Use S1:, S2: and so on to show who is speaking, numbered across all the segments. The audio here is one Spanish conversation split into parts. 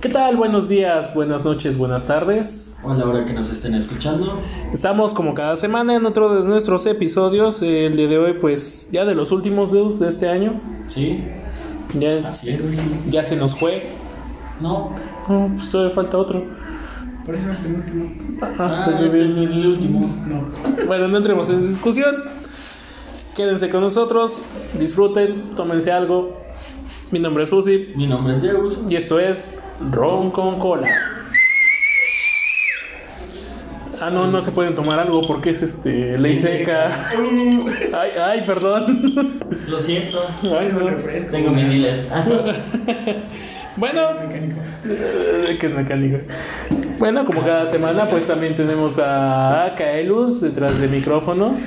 S1: ¿Qué tal? Buenos días, buenas noches, buenas tardes.
S2: O a la hora que nos estén escuchando.
S1: Estamos como cada semana en otro de nuestros episodios. El día de hoy, pues ya de los últimos deus de este año.
S2: Sí,
S1: Ya, es-
S2: así es.
S1: ya se nos fue.
S2: No,
S1: No, pues todavía falta otro.
S3: Por eso el penúltimo.
S1: Ah,
S2: ah,
S1: te- te- te-
S2: el último.
S3: No.
S1: Bueno, no entremos en discusión. Quédense con nosotros, disfruten, tómense algo. Mi nombre es Fusi
S2: Mi nombre es Deus.
S1: y esto es Ron con Cola. Ah, no, no se pueden tomar algo porque es este ley seca. Ay, ay, perdón.
S2: Lo siento,
S1: Ay,
S3: Tengo
S1: no.
S3: un refresco.
S2: tengo mi dealer.
S1: Bueno,
S3: Mecánico.
S1: eh, que es mecánico. Bueno, como cada semana, pues también tenemos a Kaelus detrás de micrófonos.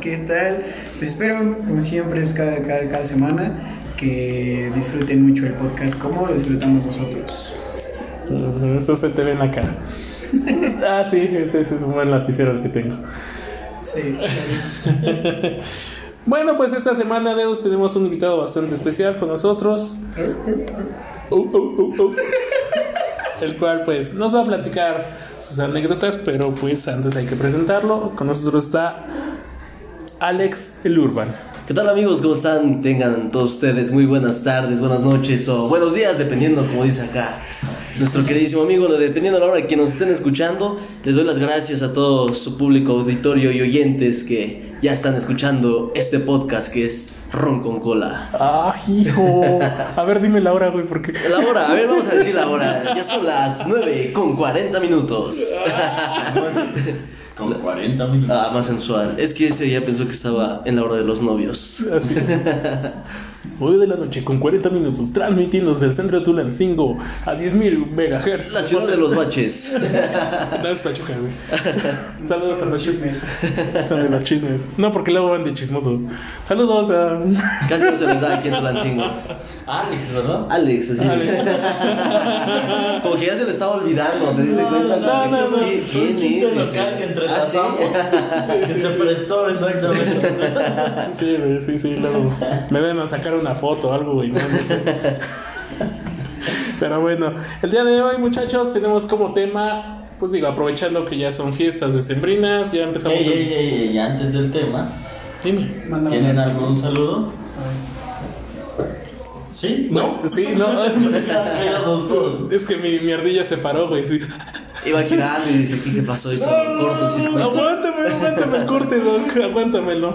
S3: ¿Qué tal? Pues espero, como siempre, es cada, cada, cada semana, que disfruten mucho el podcast como lo disfrutamos nosotros.
S1: Ujú, Eso se te ve en la cara. ah, sí, ese, ese es un buen lapicero el que tengo.
S3: Sí, está bien.
S1: Bueno, pues esta semana, Deus, tenemos un invitado bastante especial con nosotros. Uh, uh, uh, uh. El cual, pues, nos va a platicar sus anécdotas, pero pues antes hay que presentarlo. Con nosotros está Alex el Urban.
S4: ¿Qué tal amigos? ¿Cómo están? Tengan todos ustedes muy buenas tardes, buenas noches o buenos días, dependiendo como dice acá nuestro queridísimo amigo, dependiendo de la hora que nos estén escuchando. Les doy las gracias a todo su público, auditorio y oyentes que ya están escuchando este podcast que es Ron con Cola.
S1: ¡Ah, hijo! A ver, dime la hora, güey, porque.
S4: La hora, a ver, vamos a decir la hora. Ya son las 9 con 40 minutos.
S2: Con 40
S4: Ah,
S2: minutos.
S4: más sensual. Es que ese ya pensó que estaba en la hora de los novios.
S1: Así es. Hoy de la noche, con 40 minutos, transmitiendo desde el centro de Tulancingo a 10.000 megahertz.
S4: La ciudad de los baches.
S1: No es Pachuca, güey. Saludos a
S3: Son los
S1: Pachuca.
S3: chismes.
S1: Son de los chismes. No, porque luego van de chismosos. Saludos ah. a.
S4: Casi no se les da aquí en Tulancingo.
S2: Alex, Ah, ¿verdad?
S4: Alex, así es. Como que ya se le estaba olvidando, ¿te diste
S2: No,
S4: cuenta?
S1: no, no, no.
S4: ¿Quién-
S2: Fue un
S4: ¿Quién
S2: chiste
S4: es?
S2: local que
S4: Ah, ¿sí?
S2: entrelazamos. Que se prestó exactamente.
S1: Sí, güey, sí, sí. Luego me ven a sacar una foto o algo, güey. No, no sé. Pero bueno, el día de hoy, muchachos, tenemos como tema. Pues digo, aprovechando que ya son fiestas decembrinas, ya empezamos.
S2: Ey,
S1: a-
S2: ey, ey, ey, antes del tema,
S1: Dime.
S3: Mándame
S2: ¿tienen
S3: un-
S2: algún saludo? ¿Sí?
S1: No, sí, no.
S2: Cagados todos.
S1: Es que mi, mi ardilla se paró, güey. Sí.
S4: Iba girando y dice, ¿qué, qué pasó? Hizo un cortocircuito.
S1: Aguántame, aguántame el corte, Doc. Aguántamelo.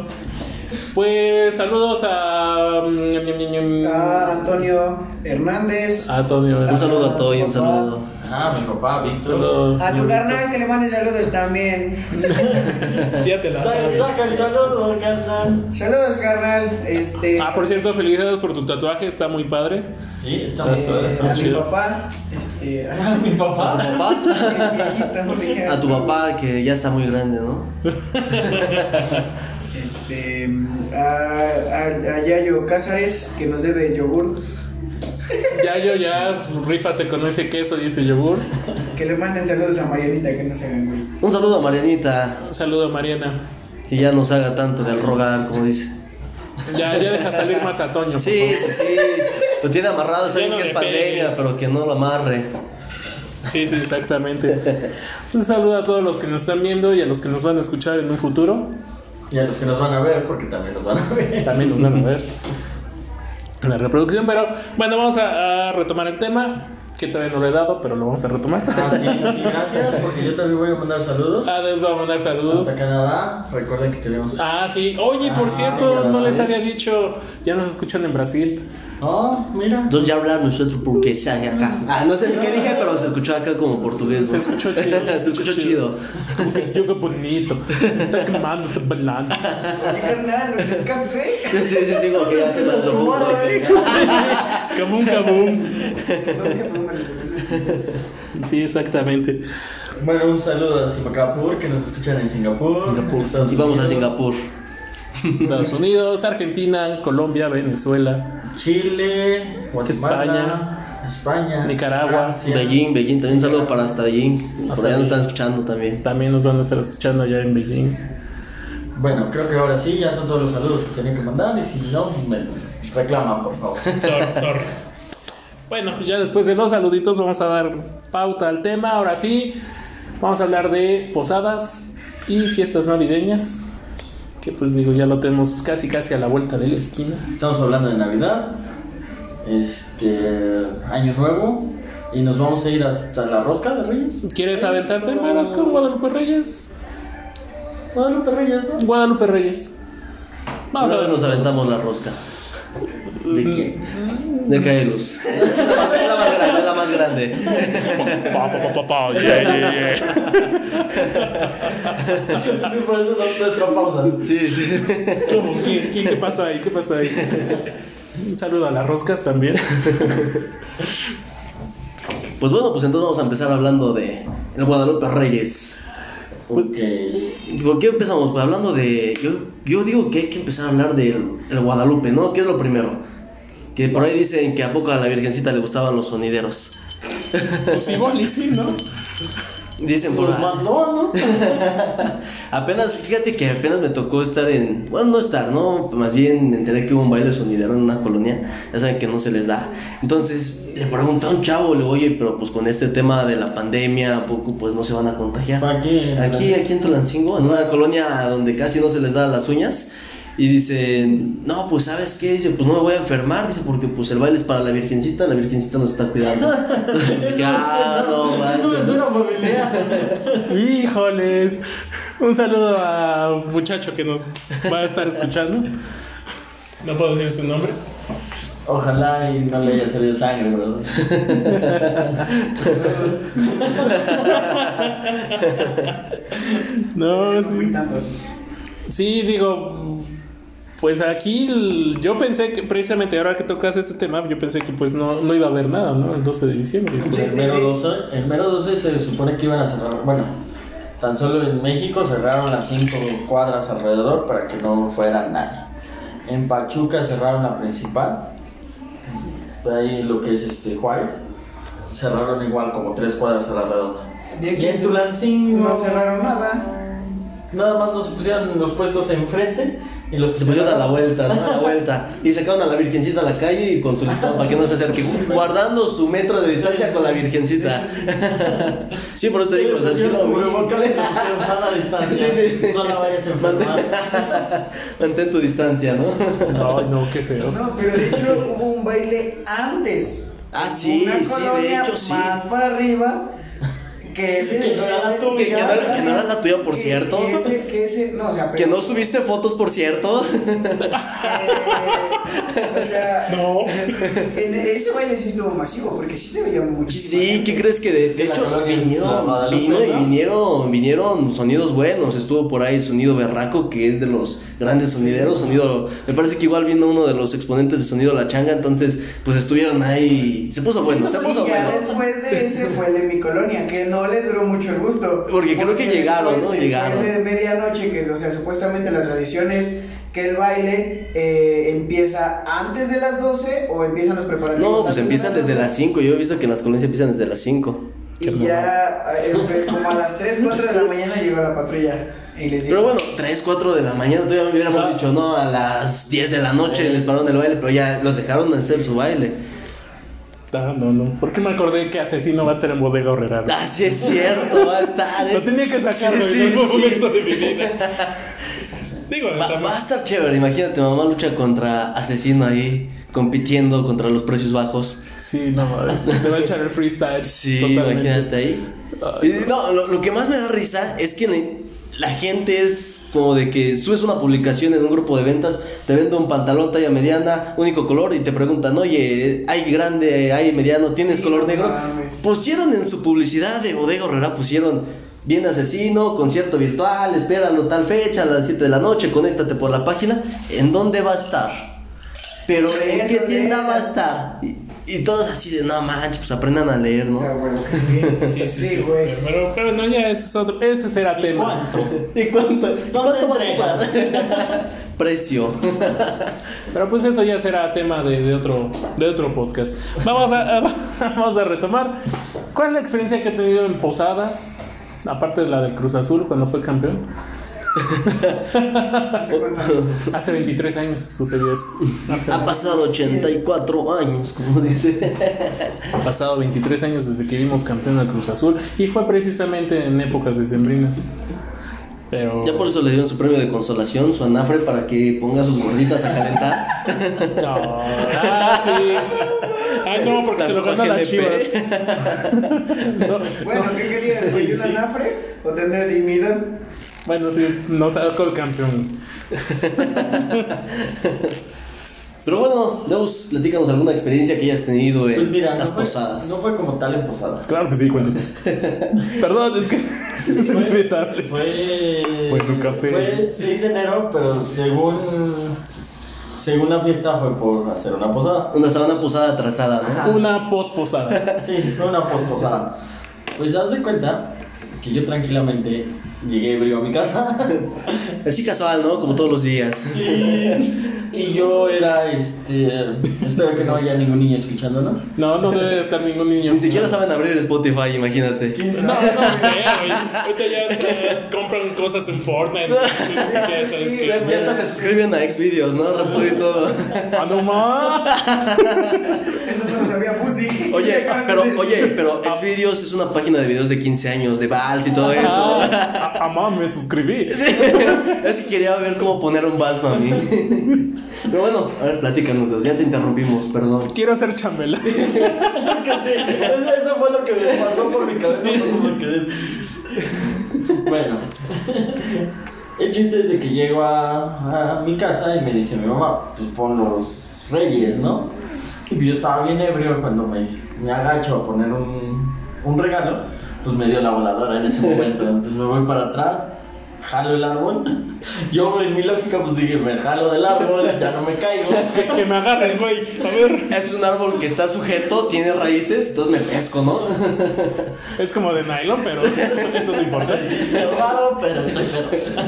S1: Pues saludos a.
S3: A Antonio Hernández.
S1: A Antonio.
S4: Un saludo a Toy, un saludo.
S2: Ah, mi papá, Víctor.
S1: Saludos.
S3: A tu carnal que le mande saludos también.
S1: Ah, Sí, ya te la
S2: Saca,
S1: sabes.
S2: saca el saludo, carnal.
S3: Saludos, carnal. Este,
S1: Ah, por cierto, felicidades por tu tatuaje, está muy padre.
S2: Sí, está
S3: eh,
S2: muy
S1: eso, eso,
S3: a mi
S1: chido.
S3: papá. Este, a
S2: Mi
S4: A
S2: papá.
S4: tu papá,
S3: viejito, le dije,
S4: a tu papá que ya está muy grande, ¿no?
S3: Este, a, a, a Yayo Cázares, que nos debe yogur,
S1: Ya yo, ya, rífate con ese queso y ese yogur.
S3: que le manden saludos a Marianita, que no se hagan güey.
S4: Un saludo a Marianita,
S1: Un saludo a Mariana.
S4: que ya nos haga tanto del rogar, como dice.
S1: Ya, ya deja salir más a Toño. por
S4: Sí, sí, sí. Lo tiene amarrado, está
S1: Ya
S4: bien
S1: no
S4: que es
S1: le pegues.
S4: pandemia, pero que no lo amarre.
S1: Sí, sí, exactamente. Un saludo a todos los que nos están viendo y a los que nos van a escuchar en un futuro.
S2: Y a los que nos van a ver, porque también nos van a ver.
S1: También nos van a ver en la reproducción. Pero bueno, vamos a, a retomar el tema que todavía no lo he dado, pero lo vamos a retomar.
S2: Ah, sí, sí, gracias, porque yo también voy a mandar saludos.
S1: Ah, les voy a mandar saludos.
S2: Hasta Canadá, recuerden que tenemos...
S1: Ah, sí. Oye, por
S2: Ah,
S1: cierto,
S2: ya
S1: no les
S2: sé.
S1: había dicho, ya nos escuchan en Brasil.
S2: Oh, mira.
S4: Entonces ya hablar nosotros porque se hace acá. Ah, no sé ni qué dije, pero se escuchó acá como portugués.
S1: Se
S4: ¿no?
S1: escuchó chido, se
S4: se
S1: escuchó
S4: escuchó chido.
S1: Como que yo qué bonito. Está quemando, está bailando.
S3: Oye, carnal, ¿no es café?
S4: Sí, sí, sí, como que ya se lanzó un poco.
S1: Cabum, cabum.
S3: No, que no, Marianita.
S1: Sí, exactamente.
S2: Bueno, un saludo a Singapur, que nos escuchan en Singapur.
S1: Singapur.
S2: en Estados
S4: Y vamos a
S2: Unidos,
S4: Singapur.
S1: Estados Unidos, Argentina, Colombia, Venezuela.
S2: Chile,
S1: España,
S2: Guatemala, España,
S1: Nicaragua,
S2: Francia.
S4: Beijing, Beijing, también un saludo para hasta Beijing.
S1: Hasta
S4: Por allá
S1: Beijing.
S4: nos están escuchando también.
S1: También nos van a estar escuchando allá en Beijing.
S2: Bueno, creo que ahora sí, ya son todos los saludos que tenía que mandar y si no, me reclaman, por favor.
S1: Sorry, sorry. Bueno, pues ya después de los saluditos vamos a dar pauta al tema. Ahora sí, vamos a hablar de posadas y fiestas navideñas. Que pues digo, ya lo tenemos casi casi a la vuelta de la esquina.
S2: Estamos hablando de Navidad, este Año Nuevo y nos vamos a ir hasta la Rosca de Reyes.
S1: ¿Quieres aventarte en varas con Guadalupe Reyes?
S2: Guadalupe Reyes, ¿no?
S1: Guadalupe Reyes. Vamos
S4: Una
S1: a
S4: vez
S1: ver.
S4: nos aventamos la rosca.
S2: ¿De quién?
S4: De Caelus. Es la más grande, es la más grande.
S1: Pa, pa, pa, pa, pa, yeah, yeah, yeah.
S2: Sí, por eso no nuestra pausa.
S4: Sí, sí.
S1: ¿Cómo? ¿Qué, qué, qué pasa ahí? ¿Qué pasa ahí? Un saludo a las roscas también.
S4: Pues bueno, pues entonces vamos a empezar hablando de el Guadalupe Reyes.
S2: Ok.
S4: ¿Por qué empezamos? Pues hablando de. Yo, yo digo que hay que empezar a hablar del el Guadalupe, ¿no? ¿Qué es lo primero? Que por ahí dicen que a poco a la Virgencita le gustaban los sonideros.
S1: Pues igual y sí, ¿no?
S4: Dicen por
S2: Los mandó, ¿no?
S4: Apenas, fíjate que apenas me tocó estar en. Bueno, no estar, ¿no? Más bien me enteré que hubo un baile sonidero en una colonia. Ya saben que no se les da. Entonces le pregunté a un chavo, le digo, oye, pero pues con este tema de la pandemia, ¿a poco pues no se van a contagiar?
S2: Fue aquí en
S4: Aquí, aquí en Tulancingo, en una colonia donde casi no se les da las uñas. Y dice, no, pues sabes qué, dice, pues no me voy a enfermar, dice, porque pues el baile es para la virgencita, la virgencita nos está cuidando. Dije, "Ah, no
S2: Eso me
S4: manches".
S2: suena familiar.
S1: Híjoles. Un saludo a un muchacho que nos va a estar escuchando. No puedo decir su nombre.
S2: Ojalá y no le haya salido sangre, bro.
S1: No,
S3: Muy
S1: sí.
S3: tantos.
S1: Sí, digo, pues aquí el- yo pensé que precisamente ahora que tocas este tema, yo pensé que pues no, no iba a haber nada, ¿no? El 12 de diciembre.
S2: El mero 12, el mero 12 se supone que iban a cerrar. Bueno, tan solo en México cerraron las 5 cuadras alrededor para que no fuera nadie. En Pachuca cerraron la principal. De ahí lo que es este Juárez. Cerraron igual como 3 cuadras a la redonda.
S3: De aquí
S2: Y en Tulancingo
S3: No cerraron nada.
S2: Nada más nos pusieron los puestos enfrente y los
S4: Se pusieron a la vuelta, ¿no? a la vuelta. Y sacaron a la virgencita a la calle y con su listón para que no se acerque, guardando su metro de distancia con la virgencita. Sí, por eso te digo, o sea, sí lo vi.
S2: sana distancia.
S4: Sí, sí, sí.
S2: No la vayas a enfermar.
S4: Mantén tu distancia, ¿no?
S1: No, no, qué feo.
S3: No, pero de hecho hubo un baile antes.
S4: Ah, sí,
S3: Una
S4: sí, de
S3: colonia
S4: hecho, sí.
S3: Más para arriba. Que ese.
S2: Que no era la
S3: ese-
S2: tuya.
S4: Que- que no era- que no era la tuya, por
S3: que-
S4: cierto.
S3: Que ese, que ese. No, o sea, pero.
S4: Que no subiste fotos, por cierto.
S3: eh, o sea.
S1: No.
S3: En ese baile sí estuvo masivo, porque sí se veía muchísimo.
S4: Sí, ¿qué crees que de,
S2: Es que
S4: de
S2: la
S4: hecho
S2: colonia es la
S4: vinieron,
S2: Guadalupe,
S4: vino y
S2: ¿no?
S4: vinieron, vinieron sonidos buenos? Estuvo por ahí Sonido Berraco, que es de los grandes sonideros, sonido, me parece que igual vino uno de los exponentes de Sonido La Changa, entonces pues estuvieron ahí, se puso bueno, se puso
S3: Y ya
S4: bueno.
S3: después de ese fue el de mi colonia, que no les duró mucho el gusto.
S4: Porque creo que llegaron, ¿no?
S3: después-
S4: Llegaron.
S3: Después de medianoche, que, o sea, supuestamente la tradición es que el baile eh, empieza antes de las 12 o empiezan los preparativos.
S4: No, pues
S3: antes de
S4: empiezan desde las 5, yo he visto que en las colonias empiezan desde las 5.
S3: 12. Y ya eh, como a las 3, 4 de la mañana llegó la patrulla. Y les dijo,
S4: Pero bueno, 3, 4 de la mañana todavía me hubiéramos
S1: Ajá.
S4: dicho, no, a las 10 de la
S1: Eh.
S4: noche les pararon el baile, pero ya los dejaron hacer su baile.
S1: Ah, no, no. ¿Por qué me acordé que Asesino va a estar en Bodega Horrera? no?
S4: Ah, sí es cierto, va a estar. ¿eh?
S1: Lo tenía que sacar
S4: Sí,
S1: en
S4: sí,
S1: algún
S4: sí.
S1: momento de mi vida. Digo,
S4: Va,
S1: también-
S4: va a estar chévere, imagínate, mamá lucha contra asesino ahí, compitiendo contra los precios bajos.
S1: Sí, no mames. Te va a echar el freestyle.
S4: Sí,
S1: totalmente.
S4: imagínate ahí.
S1: Ay,
S4: Y no, lo, lo que más me da risa es que la- la gente es como de que subes una publicación en un grupo de ventas, te vendo un pantalón talla mediana, único color, y te preguntan, oye, hay grande, hay mediano, ¿tienes
S3: Sí,
S4: color
S3: no
S4: negro?
S3: mames.
S4: Pusieron en su publicidad de Bodega Horrera, pusieron, viene asesino, concierto virtual, espéralo tal fecha, a las 7 de la noche, conéctate por la página, ¿en dónde va a estar? Pero ¿en
S3: Eso,
S4: qué tienda
S3: lee.
S4: va a estar? Y, y todos así de, no manches, pues aprendan a leer, ¿no?
S3: "Ah, bueno, que sí".
S1: Sí, sí, sí,
S3: güey.
S1: Pero, pero no, ya ese es otro. Ese será
S2: ¿Y
S1: tema.
S2: cuánto?
S4: ¿Y cuánto? ¿Cuánto va a
S2: entregas?
S4: cobrar? Precio.
S1: Pero pues eso ya será tema de, de otro, de otro podcast. Vamos a, vamos a retomar. ¿Cuál es la experiencia que he tenido en Posadas? Aparte de la del Cruz Azul cuando fue campeón.
S3: ¿Hace cuántos años?
S1: Hace 23 años sucedió eso.
S4: Ha pasado 84 años, como dice.
S1: Han pasado 23 años desde que vimos campeón al Cruz Azul y fue precisamente en épocas decembrinas. Pero
S4: Ya por eso le dieron su premio de consolación, su anafre, para que ponga sus gorditas a calentar.
S1: No, ah, sí. Ah, no, porque se lo
S4: Tampoco
S1: gana la
S4: GNP.
S1: chiva. No,
S3: Bueno,
S1: no.
S3: ¿qué querías, güey? ¿Un anafre o tener dignidad?
S1: Bueno, sí, no sacó el campeón.
S4: Pero bueno, Deus, platícanos alguna experiencia que hayas tenido en
S2: Pues mira, no
S4: las
S2: fue,
S4: posadas.
S2: no fue como tal en posada.
S1: Claro que sí, cuéntanos. Perdón, es que es inevitable.
S2: Fue.
S1: Fue en un café.
S2: Fue 6 de enero, pero según. Según la fiesta fue por hacer una posada.
S4: Una sabana posada atrasada, ¿no?
S1: Una posposada.
S2: Sí, fue una posposada. Pues haz de cuenta que yo tranquilamente llegué ebrio a mi casa.
S4: Así casual, ¿no? Como todos los días.
S2: y, y yo era este. Espero que no haya ningún niño escuchándonos.
S1: No, no debe de estar ningún niño.
S4: Ni siquiera saben abrir Spotify, imagínate.
S1: No, no sé, güey. Ahorita ya se compran cosas en Fortnite. Tú ni siquiera sabes
S4: Sí,
S1: qué.
S4: ya ya hasta se suscriben a Xvideos, ¿no? Rápido y todo.
S1: Ah, no más.
S3: Eso no lo sabía Fusi.
S4: Oye,
S3: Acabas de
S4: pero,
S3: decir.
S4: oye, pero Xvideos es una página de videos de 15 años, de vals y todo eso.
S1: Ah, ah, mamá, me suscribí.
S4: Es que quería ver cómo poner un vals a mí. Pero bueno, a ver, platícanos, Deus. Ya te interrumpimos, perdón.
S1: Quiero ser chambelán.
S2: Es que sí, es- eso fue lo que me pasó por mi cabeza cuando me quedé. Bueno, el chiste es de que llego a, a mi casa y me dice mi mamá, pues pon los reyes, ¿no? Y yo estaba bien ebrio cuando me, me agacho a poner un, un regalo, pues me dio la voladora en ese momento. Entonces me voy para atrás, jalo el árbol. Yo en mi lógica pues dije, me jalo del árbol, ya no me caigo.
S1: Que, que me agarren, güey. A ver.
S4: Es un árbol que está sujeto, tiene raíces, entonces me pesco, ¿no?
S1: Es como de nylon, pero eso no importa.
S2: Me robaron, pero estoy pedo.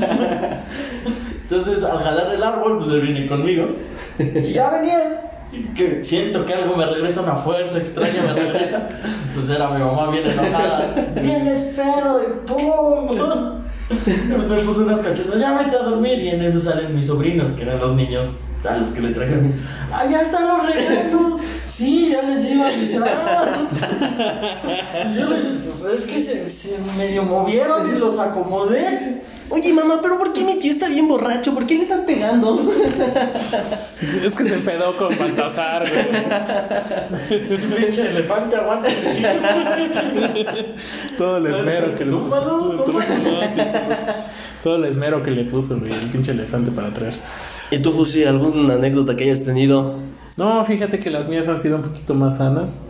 S2: Entonces, al jalar el árbol, pues él viene conmigo. Y ya venía. Y Que siento que algo me regresa, una fuerza extraña me regresa. Pues era mi mamá bien enojada. Vienes pedo y ¡pum! Me puse unas cachetas, ya vete a dormir. Y en eso salen mis sobrinos, que eran los niños a los que le trajeron. ¡Allá están los regalos! Sí, ya les iba a avisar. Yo les- es que se, se medio movieron y los acomodé.
S4: Oye, mamá, pero ¿por qué mi tío está bien borracho? ¿Por qué le estás pegando?
S1: Es que se empedó con Baltasar, güey.
S2: Pinche elefante, aguanta.
S1: Todo el esmero que le puso.
S2: Túmbalo, túmbalo.
S1: No, sí, túmbalo. Todo el esmero que le puso, güey. El pinche elefante para traer.
S4: ¿Y tú, Fusi, alguna anécdota que hayas tenido?
S1: No, fíjate que las mías han sido un poquito más sanas.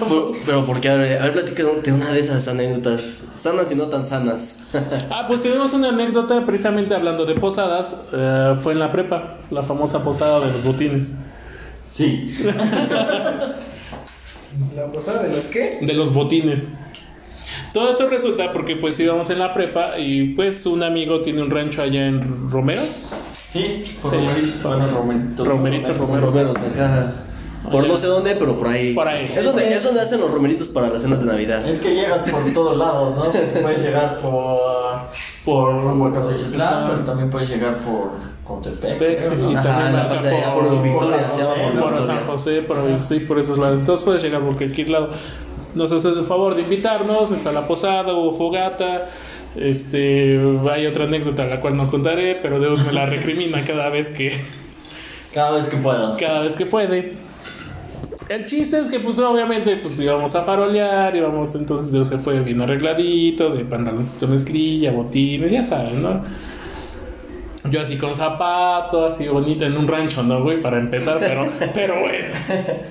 S4: Por- pero porque, a ver, a ver, platícate una de esas anécdotas. Sanas y no tan sanas.
S1: Ah, pues tenemos una anécdota precisamente hablando de posadas. Eh, fue en la prepa, la famosa posada de los botines.
S2: Sí.
S3: ¿La posada de los qué?
S1: de los botines. Todo esto resulta porque pues íbamos en la prepa y pues un amigo tiene un rancho allá en Romeros.
S2: Sí, por
S1: Sí.
S2: Romerito. Bueno, Romerito.
S1: Romerito, Romero.
S4: Romeros, acá. Por no sé dónde, pero por ahí.
S1: Por ahí.
S4: Es donde, es donde hacen los romeritos para las cenas de Navidad.
S2: Es que llegas por todos lados, ¿no? Porque puedes llegar por. Por rumbo a Casayislán, pero también puedes llegar por Contepec.
S1: Peque,
S2: creo, ¿no?
S1: y
S4: Ajá,
S1: también
S4: la
S1: acá
S4: parte de allá
S1: por,
S4: por
S1: por San
S4: Victoria, se llama
S1: José,
S4: por
S1: por
S4: Victoria.
S1: San José, por, sí, por esos lados. Entonces puedes llegar por cualquier lado. Nos hacen el favor de invitarnos, está la posada, hubo fogata. Este, hay otra anécdota la cual no contaré, pero Dios me la recrimina cada vez que,
S2: Cada vez que puedas.
S1: cada vez que puede. El chiste es que, pues, obviamente, pues íbamos a farolear, íbamos, entonces Dios se fue bien arregladito, de pantaloncito mezclilla, botines, ya saben, ¿no? Yo así con zapatos, así bonita en un rancho, ¿no, güey? Para empezar, pero, pero bueno.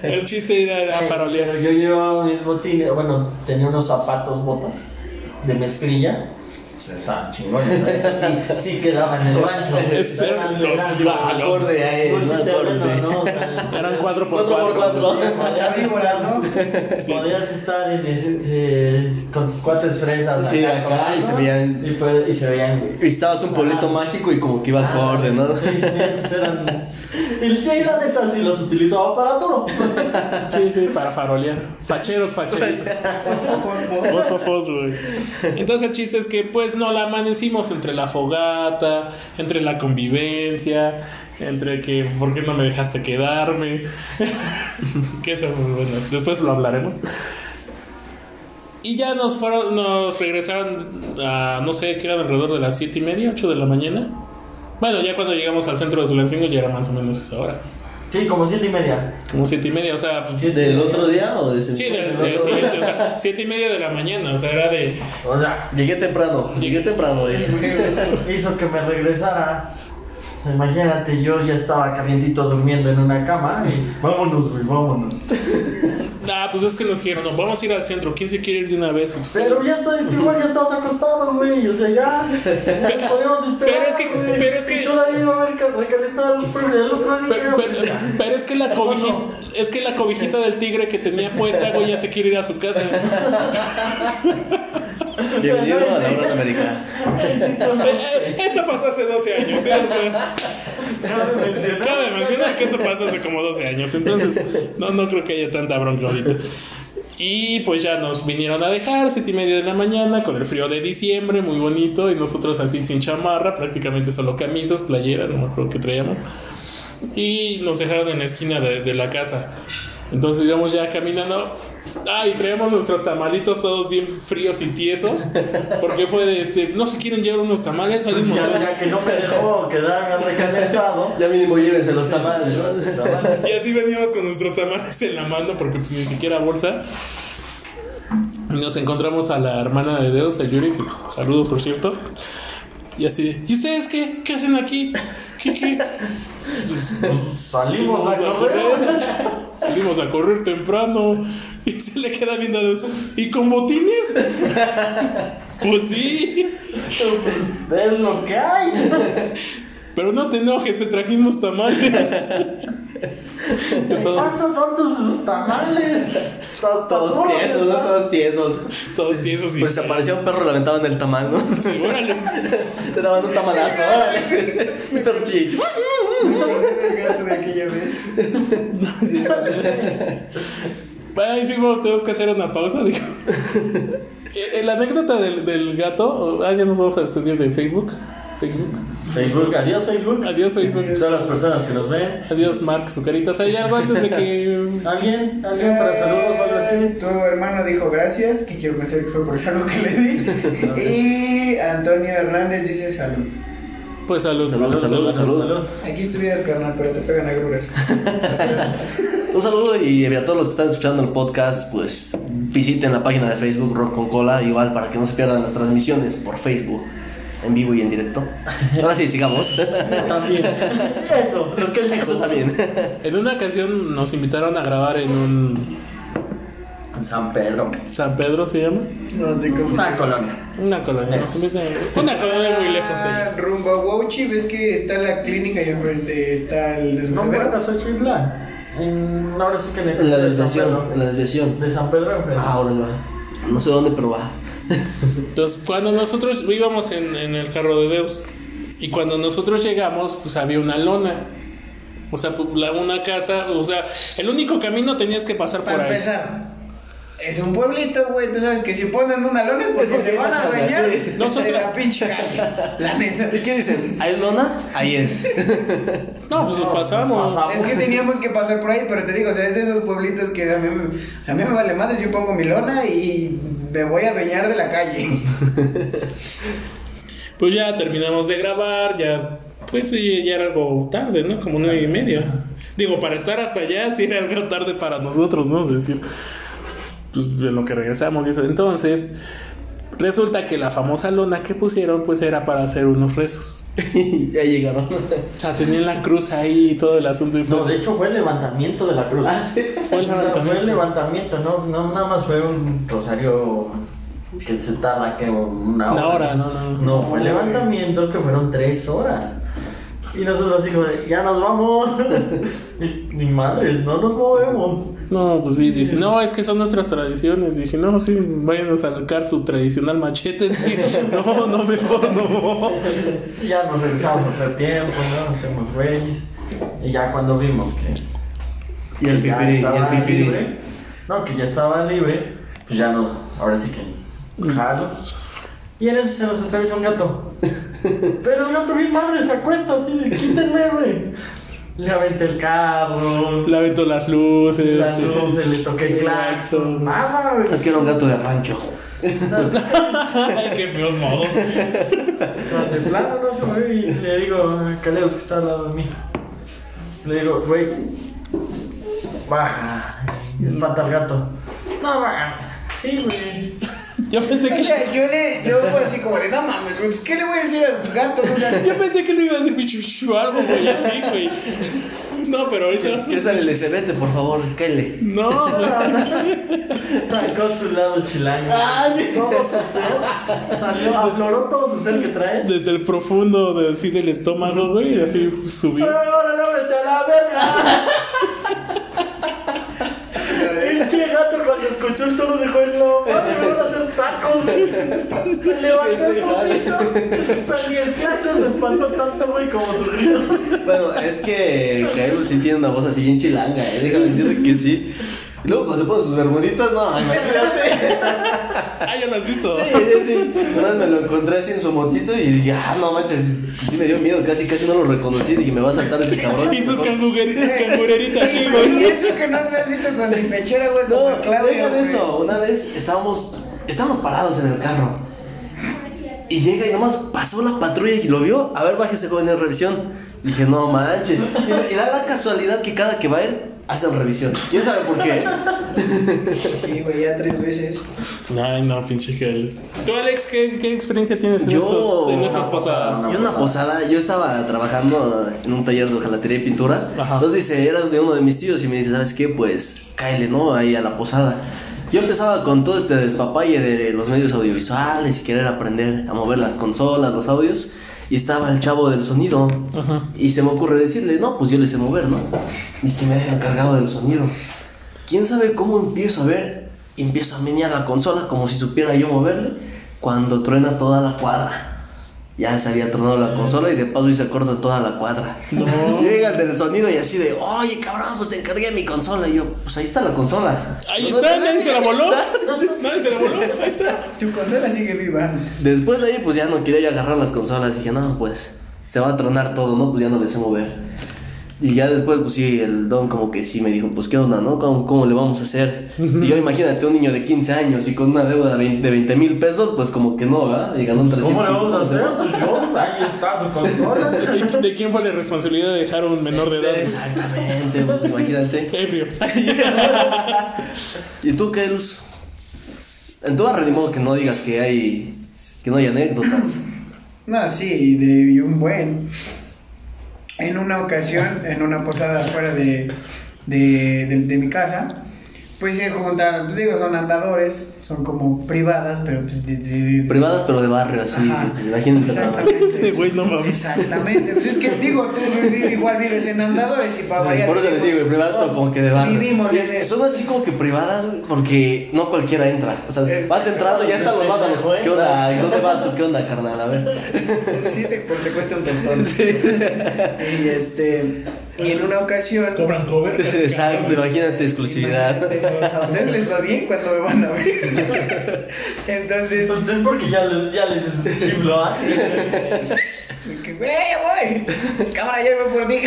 S1: El chiste era, era farolear.
S2: Pero yo llevaba mis botines, bueno, tenía unos zapatos, botas de mezclilla. Pues estaban chingones, ¿no? Esas sí, sí quedaban en el rancho.
S1: Es-
S2: Eran-
S1: eran los
S2: eran-
S1: balos.
S4: Acorde a él,
S2: Pues,
S4: no
S2: bueno,
S4: acorde.
S2: no, o sea,
S1: Eran 4 por
S4: Cuatro por
S1: 4
S4: cuatro.
S2: Podías
S3: Víboras,
S2: estar,
S3: ¿no?
S2: podías estar en este, con tus cuates fresas.
S4: Sí, acá, y se veían-
S2: Y, pues- y se veían.
S1: Ah,
S4: Visitabas un pueblito mágico y como que iba acorde, ¿no?
S2: Sí, sí, esos eran. El Jay, la neta, sí los utilizaba para todo.
S1: Sí, sí, para farolear. Facheros, facheros.
S3: Fosfo, fosfo.
S1: Fosfo, fosfo, güey. Entonces el chiste es que pues no la amanecimos entre la fogata, entre la convivencia, entre que ¿por qué no me dejaste quedarme? que eso, pues, bueno, después lo hablaremos. Y ya nos fueron, nos regresaron a, no sé, que eran alrededor de las siete y media, 8 de la mañana. Bueno, ya cuando llegamos al centro de Tulancingo ya era más o menos esa hora.
S2: Sí, como siete y media.
S1: Como siete y media, o sea, pues,
S2: Siete y
S4: ¿Del
S2: media.
S4: otro día o de ese
S1: sí, de- de- sí, o sea, siete y media de la mañana, o sea, era de...
S2: O sea,
S4: Llegué temprano, llegué temprano. dice.
S2: hizo que me regresara. O sea, imagínate, yo ya estaba calientito durmiendo en una cama. Y, vámonos, güey, vámonos.
S1: Ah, pues es que nos dijeron, no, vamos a ir al centro. ¿Quién se quiere ir de una vez?
S2: Pero ya estoy, tú igual ya estabas acostado, güey. O sea, ya. ya podíamos esperar.
S1: pero es que-
S2: güey.
S1: pero es
S2: Y
S1: que-
S2: todavía iba a haber ca- recalentado el primer- el otro día.
S1: Pero,
S2: güey.
S1: pero- pero es que la cobijita,
S2: No, no.
S1: es que la cobijita del tigre que tenía puesta, güey, ya se quiere ir a su casa.
S4: Bienvenido a la hora América.
S1: Eh, eh, Esto pasó hace 12 años, ¿eh? O sea,
S2: Cabe mencionar.
S1: cabe mencionar que eso pasó hace como 12 años, entonces no, no creo que haya tanta bronca ahorita. Y pues ya nos vinieron a dejar, siete y media de la mañana, con el frío de diciembre, muy bonito, y nosotros así sin chamarra, prácticamente solo camisas, playeras, no me acuerdo que traíamos. y nos dejaron en la esquina de, de la casa. Entonces íbamos ya caminando. Ah, y traíamos nuestros tamalitos todos bien fríos y tiesos. Porque fue de este, no se quieren llevar unos tamales, hay un
S2: Ya,
S1: montón.
S2: ya que no me dejó quedar recalentado.
S4: Ya mínimo llévense los tamales.
S1: Y así veníamos con nuestros tamales en la mano porque pues ni siquiera bolsa. Y nos encontramos a la hermana de Deus, a Yuri, que saludos por cierto. Y así, de, ¿y ustedes qué? ¿Qué hacen aquí? ¿Qué, qué?
S2: Salimos
S1: Pues,
S2: a correr.
S1: Salimos a correr temprano. Y se le queda viendo a Deus. ¿Y con botines? pues sí.
S2: Pues, es lo que hay.
S1: Pero no te enojes, te trajimos tamales. todos,
S2: ¿Cuántos son tus tamales? Todos,
S4: Todos tiesos, ¿no? Todos tiesos.
S1: todos tiesos y.
S4: Pues aparecía un perro, le aventaban el tamal, ¿no?
S1: Sí, órale.
S4: Te daban un tamalazo, órale. Un torchillo.
S3: El gato de aquella vez.
S1: Bueno, ahí sí, bueno, tenemos que hacer una pausa. Digo. Eh, eh, La anécdota del, del gato. Ah, ya nos vamos a despedir de Facebook. Facebook.
S2: Facebook, adiós Facebook.
S1: Adiós, Facebook.
S2: Todas las personas que nos ven.
S1: Adiós, Mark Zucaritas. ¿Hay algo antes de que
S2: ¿Alguien? ¿Alguien para saludos o algo así?
S3: Tu hermano dijo gracias, que quiero pensar que fue por salud que le di. y Antonio Hernández dice salud.
S1: Pues salud,
S4: Salud, salud, salud.
S3: Aquí estuvieras, carnal, pero te pegan agruras.
S4: Un saludo y a todos los que están escuchando el podcast, pues visiten la página de Facebook Rock con Cola, igual para que no se pierdan las transmisiones por Facebook en vivo y en directo. Ahora sí, sigamos.
S1: Eh.
S2: También. Eso, lo que él dijo.
S4: Eso también.
S1: En una ocasión nos invitaron a grabar en un
S2: San Pedro.
S1: San Pedro se llama,
S3: No sé cómo.
S2: Una colonia.
S1: una colonia, nos invitan- una colonia muy lejos. eh.
S3: Ah, rumbo a Wauchi, ves que está la clínica y enfrente está el
S2: No me
S3: desmayadero.
S2: acuerdo, soy Chitlán. En- Ahora sí que en
S4: En la
S2: de San Pedro.
S4: desviación, en la desviación.
S2: De San Pedro enfrente.
S4: Ah, ahora va. No sé dónde, pero va.
S1: Entonces cuando nosotros íbamos en, en el carro de Deus y cuando nosotros llegamos pues había una lona, o sea pu- la- una casa, o sea el único camino tenías que pasar por
S3: Para
S1: ahí.
S3: empezar, es un pueblito, güey. Tú sabes que si ponen una lona es porque se van a
S4: Chale,
S3: bañar
S4: sí.
S1: No,
S3: de
S1: nosotros-
S3: la pinche calle. La neta.
S4: ¿Y qué dicen? ¿Hay lona? Ahí es.
S1: No pues nos pasamos.
S2: pasamos.
S3: Es que teníamos que pasar por ahí, pero te digo, o sea, es de esos pueblitos que a mí, me- o sea, a mí me vale madre, yo pongo mi lona y me voy a adueñar de la calle.
S1: Pues ya terminamos de grabar, ya pues sí, ya era algo tarde, ¿no? Como nueve y media. Digo, para estar hasta allá sí era algo tarde para nosotros, ¿no? Es decir, pues de lo que regresamos y eso. Entonces, resulta que la famosa lona que pusieron pues era para hacer unos rezos.
S4: ya llegaron.
S1: O sea, tenían la cruz ahí y todo el asunto y fue...
S2: No, de hecho fue el levantamiento de la cruz.
S4: Ah, sí.
S1: Fue el levantamiento.
S2: Fue el levantamiento, no, no, nada más fue un rosario que se tarda que una hora.
S1: Una hora, no, no, no.
S2: No, fue el levantamiento que fueron tres horas. Y nosotros así como, de, ya nos vamos. Ni- Ni madres, no nos movemos.
S1: No, pues sí, dice, no, es que son nuestras tradiciones. Dije, no, sí, vayan a sacar su tradicional machete. Dije, no, no, mejor no.
S2: Ya nos regresamos a hacer tiempo, ¿no? Hacemos güeyes. Y ya cuando vimos que.
S4: Y el
S2: que ya
S4: pipirí, y el
S2: estaba
S4: pipirí.
S2: Ah, libre, No, que ya estaba libre, pues ya no. Ahora sí que.
S4: Mm.
S2: Jalo. Y en eso se nos atraviesa un gato. Pero el gato, mi madre, se acuesta así de quítenme, güey. Le aventé el carro.
S1: Le aventó las luces. este.
S2: La luz, le toqué el
S1: El
S2: claxon.
S1: claxon.
S2: Nada, güey.
S4: Es que era un gato de rancho.
S1: Ay, qué feos modos.
S2: O sea, de plano no se mueve y le digo a Caleos que está al lado de mí. Le digo, güey, baja, espanta al gato. No, baja. Sí, güey.
S1: Yo pensé
S3: O
S1: que.
S3: sea, yo, le, yo fue así como de, no mames, güey, pues, ¿qué le voy a decir al gato? O sea,
S1: Yo pensé que le iba a hacer bichu bichu o algo, güey, así, güey. No, pero ahorita.
S4: Ya sale el vete, por favor, cáele.
S1: No, güey.
S2: Sacó su lado chilango. Todo su ser. Salió, afloró todo su ser que trae.
S1: Desde el profundo, de, así del estómago, güey, y así subió.
S2: Ahora ábrete a la verga. El che gato cuando escuchó el tono dijo, no, madre, me van a hacer tacos, güey. Se levantó el putizo. O sea, ni el claxon se espantó tanto, güey, como su grito.
S4: Bueno, es que Cairo sí tiene una voz así bien chilanga, ¿eh? déjame decirte que sí. Y luego cuando se pone sus bermuditas, no, imagínate.
S1: Ah, ya lo has visto.
S4: Sí, sí, sí. Una vez me lo encontré así en su motito y dije, ah, no manches, sí me dio miedo, casi casi no lo reconocí, dije, me va a saltar este cabrón.
S1: Y su cangurerita, cangurerita así,
S3: y
S1: güey.
S3: eso que no me has visto con mi pechera, güey,
S4: No,
S3: como Claudia,
S4: deja de
S3: güey.
S4: eso. Una vez estábamos, estábamos parados en el carro. Y llega y nomás pasó la patrulla y lo vio. A ver, bájese joven en revisión. Dije, no manches. Y, y da la casualidad que cada que va a ir, hacen revisión. ¿Quién sabe por qué?
S3: Sí, güey, ya tres veces.
S1: Ay, no, pinche que él es- ¿Tú, Alex, qué, qué experiencia tienes en,
S4: Yo-
S1: estos, en estas
S2: No,
S1: posadas?
S2: no.
S4: Yo en una posada, yo estaba trabajando en un taller de hojalatería y pintura.
S1: Ajá.
S4: Entonces dice, era de uno de mis tíos y me dice, ¿sabes qué? Pues cáele, ¿no? Ahí a la posada. Yo empezaba con todo este despapalle de los medios audiovisuales y querer aprender a mover las consolas, los audios. Y estaba el chavo del sonido. Y se me ocurre decirle, no, pues yo le sé mover, ¿no? Y que me haya encargado del sonido. ¿Quién sabe cómo empiezo a ver? Empiezo a menear la consola como si supiera yo moverle cuando truena toda la cuadra. Ya se había tronado la consola y de paso y se corta toda la cuadra.
S1: Ah. No.
S4: Llega el del sonido y así de, oye cabrón, pues te encargué mi consola. Y yo, pues ahí está la consola. Pues
S1: Ahí
S4: No,
S1: está,
S4: no,
S1: nadie se la
S4: ahí
S1: voló.
S4: está.
S1: Nadie se la voló, ahí está.
S3: Tu consola sigue viva.
S4: Después de ahí, pues ya no quería yo agarrar las consolas. Dije, no, pues se va a tronar todo, ¿no? Pues ya no le sé mover. Y ya después, pues sí, el don como que sí me dijo, pues qué onda, ¿no? ¿Cómo, cómo le vamos a hacer? Y yo imagínate un niño de 15 años y con una deuda de 20 de 20 mil pesos, pues como que no, ¿verdad? Y ganó un
S2: ¿Cómo le
S4: 350,
S2: vamos a hacer?
S4: ¿no?
S2: Pues yo, ahí está su consola.
S1: ¿De, de quién fue la responsabilidad de dejar a un menor de edad?
S4: Exactamente, pues imagínate.
S1: Ebrio.
S4: ¿Y tú, Kerus? En tu barrio, ni modo que no digas que hay, que no hay anécdotas.
S3: Mm. No, sí, de y un buen. En una ocasión, en una posada afuera de, de, de- de mi casa, pues se juntaron, pues, digo, son andadores, son como privadas, pero pues de... de- de-
S4: Privadas, pero de barrio, así.
S3: Ajá.
S4: Imagínate.
S3: Exactamente.
S1: Este güey, no mames.
S3: Exactamente, pues es que digo, tú vi- igual vives en andadores y para variar.
S4: Por eso les digo, güey, privadas pero como que de barrio.
S3: Vivimos en
S4: Sí,
S3: eso.
S4: Son así como que privadas, güey, porque no cualquiera entra. O sea,
S3: Exacto.
S4: vas entrando, ya están los vándalos.
S2: Te
S4: ¿Qué onda? ¿Dónde vas? ¿Qué onda, carnal? A ver.
S3: Sí, te, pues, te cuesta un tostón. Y este, y en una ocasión...
S1: Cobran cover.
S4: Exacto, imagínate exclusividad.
S3: A ustedes les va bien cuando me van a ver. Entonces,
S2: Entonces, Pues porque ya les, ya ¿ah? les chiflo así.
S3: que, güey, ya voy. Cámara, ya voy por ti.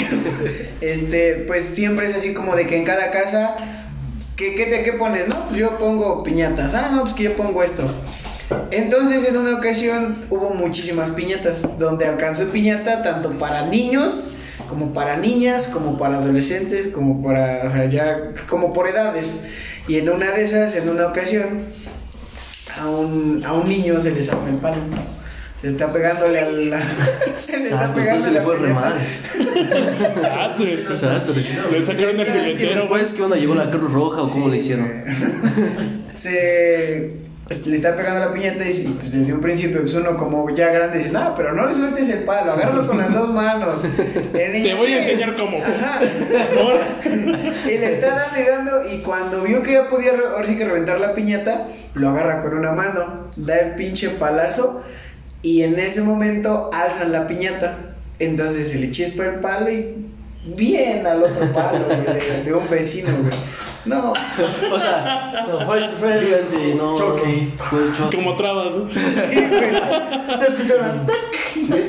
S3: Este, pues siempre es así como de que en cada casa, ¿qué, qué, te, ¿qué pones? No, pues yo pongo piñatas. Ah, no, pues que yo pongo esto. Entonces, en una ocasión hubo muchísimas piñatas, donde alcanzó piñata tanto para niños, como para niñas, como para adolescentes, como para, o sea, ya, como por edades. Y en una de esas, en una ocasión, a un, a un niño se le sacó el palo. Se está pegándole al. la- se le
S4: Exacto, entonces se le fue re mal. Desastres.
S1: Le sacaron el
S4: Y
S1: filetero, güey.
S4: después, ¿qué onda? ¿Llegó la Cruz Roja o cómo le hicieron?
S3: se pues, le está pegando la piñata y dice, pues, desde un principio pues uno como ya grande dice, no, pero no le sueltes el palo, agárralo con las dos manos. El niño,
S1: Te voy a
S3: "Sí".
S1: enseñar cómo.
S3: Ajá.
S1: Amor.
S3: Y le está dando y dando y cuando vio que ya podía re- ahora sí que reventar la piñata, lo agarra con una mano, da el pinche palazo y en ese momento alzan la piñata. Entonces se le chispa el palo y bien al otro palo, güey, de, de un vecino, güey. No,
S2: O sea, no, fue, fue el
S4: No,
S2: choque.
S4: fue choque.
S1: Como trabas, ¿no?
S3: sí, güey.
S2: ¿Se escucharon?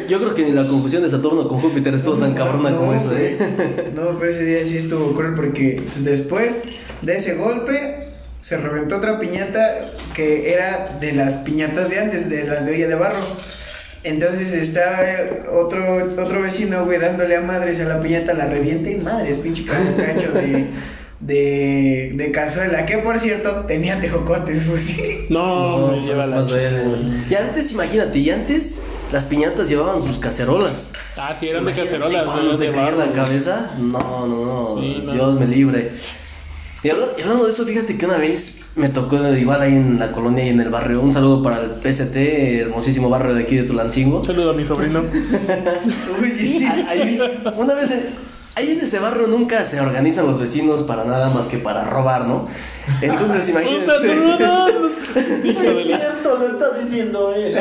S4: Yo creo que ni la conjunción de Saturno con Júpiter estuvo tan cabrona
S3: No,
S4: como eso,
S3: güey.
S4: ¿eh?
S3: No, pero ese día sí estuvo cruel porque pues, después de ese golpe se reventó otra piñata que era de las piñatas de antes, de las de olla de barro. Entonces está eh, otro, otro vecino, güey, dándole a madres a la piñata, la revienta y madres, pinche cacho, cacho de, de, de cazuela. Que por cierto, tenía tejocotes, pues sí.
S1: No, me
S4: No,
S1: lleva
S4: pues,
S1: la
S4: más verga, güey. Y antes, imagínate, y antes las piñatas llevaban sus cacerolas.
S1: Ah, sí, eran de
S4: Imagínate
S1: cacerolas,
S4: cuando
S1: no
S4: te
S1: de
S4: caía
S1: barro.
S4: en la cabeza? No, no, no.
S1: Sí, no.
S4: Dios me libre. Y habla- y hablando de eso, fíjate que una vez me tocó igual ahí en la colonia y en el barrio. Un saludo para el PST, hermosísimo barrio de aquí de Tulancingo.
S1: Saludo a mi sobrino.
S3: Uy, sí,
S4: Ahí-
S3: sí.
S4: ahí- una vez, en- ahí en ese barrio nunca se organizan los vecinos para nada más que para robar, ¿no? Entonces,
S1: ¡Un
S4: imagínense.
S1: saludo! Hijo de la-
S2: cierto, lo está diciendo él.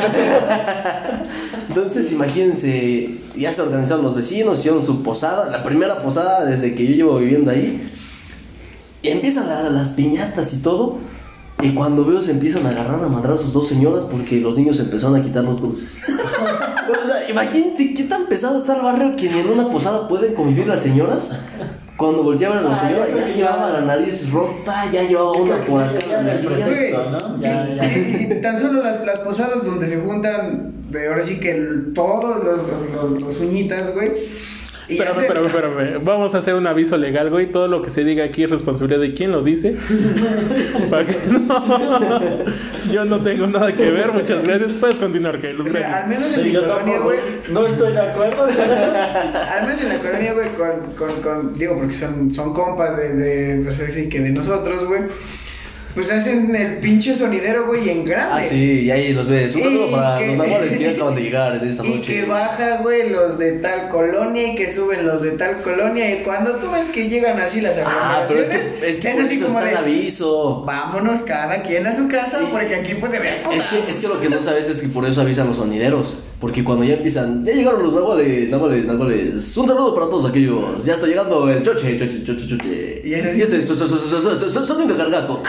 S4: Entonces, imagínense, ya se organizaron los vecinos, hicieron su posada, la primera posada desde que yo llevo viviendo ahí. Y empiezan la- las piñatas y todo. Y cuando veo se empiezan a agarrar a madrazos dos señoras porque los niños empezaron a quitar los dulces. O sea, imagínense qué tan pesado está el barrio que ni en una posada pueden convivir las señoras. Cuando volteaban a la
S2: Ah, yo
S4: señora,
S2: creo
S4: ya
S2: que ya-
S4: llevaba la nariz rota, ya llevaba
S2: Yo creo
S4: una
S2: que
S4: por
S2: sí,
S4: acá.
S2: ya
S4: en la
S2: me
S4: mejilla.
S2: desperté.
S3: Güey,
S2: Texto, ¿no?
S3: sí,
S2: Ya, ya.
S3: Y, y tan solo las, las posadas donde se juntan, de ahora sí que el- todos los, los, los uñitas, güey. Y
S1: Espérame,
S3: hacen-
S1: espérame, espérame. Vamos a hacer un aviso legal, güey. Todo lo que se diga aquí es responsabilidad de quien lo dice. Para que no. Yo no tengo nada que ver. Muchas gracias. Puedes continuar, que los
S3: O sea,
S1: gracias.
S3: al menos en
S2: Sí,
S3: mi
S2: yo
S3: colonia,
S2: tampoco.
S3: güey.
S2: No estoy de acuerdo.
S3: Al menos en la colonia, güey, con, con, con- Digo, porque son, son compas de, de. Pues así que de nosotros, güey. Pues hacen el pinche sonidero, güey, en grande.
S4: Ah, sí, y ahí los ves. Un saludo
S3: Y
S4: para
S3: que-
S4: los nahuales que ya acaban de llegar en esta
S3: Y
S4: noche.
S3: que baja, güey, los de tal colonia y que suben los de tal colonia. Y cuando tú ves que llegan así las
S4: Ah, pero es
S3: aglomeraciones,
S4: que, es que por
S3: así
S4: eso
S3: como
S4: está
S3: de.
S4: el aviso.
S3: Vámonos cada quien a su casa
S4: Sí.
S3: porque aquí puede ver.
S4: Es que, es que lo que no sabes es que por eso avisan los sonideros. Porque cuando ya empiezan, ya llegaron los náhuales, náhuales, náhuales. Un saludo para todos aquellos. Ya está llegando el choche, choche, choche, choche.
S3: Y
S4: Y
S3: es-
S4: este, so- so- so- so- so- so- so- sonido cargaco.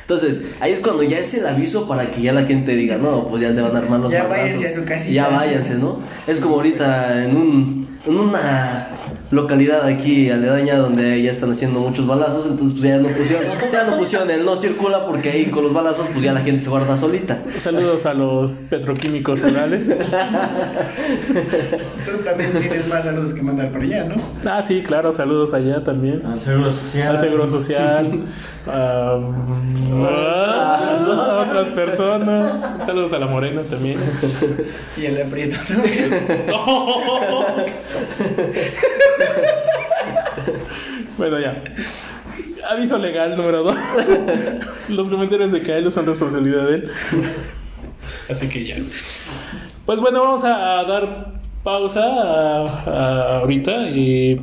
S4: Entonces, ahí es cuando ya es el aviso para que ya la gente diga, no, pues ya se van a armar los
S3: Ya
S4: madrazos.
S3: váyanse a su casita.
S4: Ya váyanse, ¿no? Es como ahorita en, un, en una localidad aquí aledaña donde ya están haciendo muchos balazos, entonces pues ya no pusieron, ya no pusieron el no circula porque ahí con los balazos pues ya la gente se guarda solita.
S1: Saludos a los petroquímicos rurales.
S3: Tú también tienes más saludos que mandar para allá, ¿no?
S1: Ah, sí, claro. Saludos allá también.
S2: Al seguro social.
S1: Al Seguro Social. A, a ah, otras personas. Saludos a la Morena también.
S3: Y el aprieto también.
S1: Bueno, ya. Aviso legal número 2. Los comentarios de Kaelo son responsabilidad de él. Así que ya. Pues bueno, vamos a, a dar pausa a- a ahorita. eh,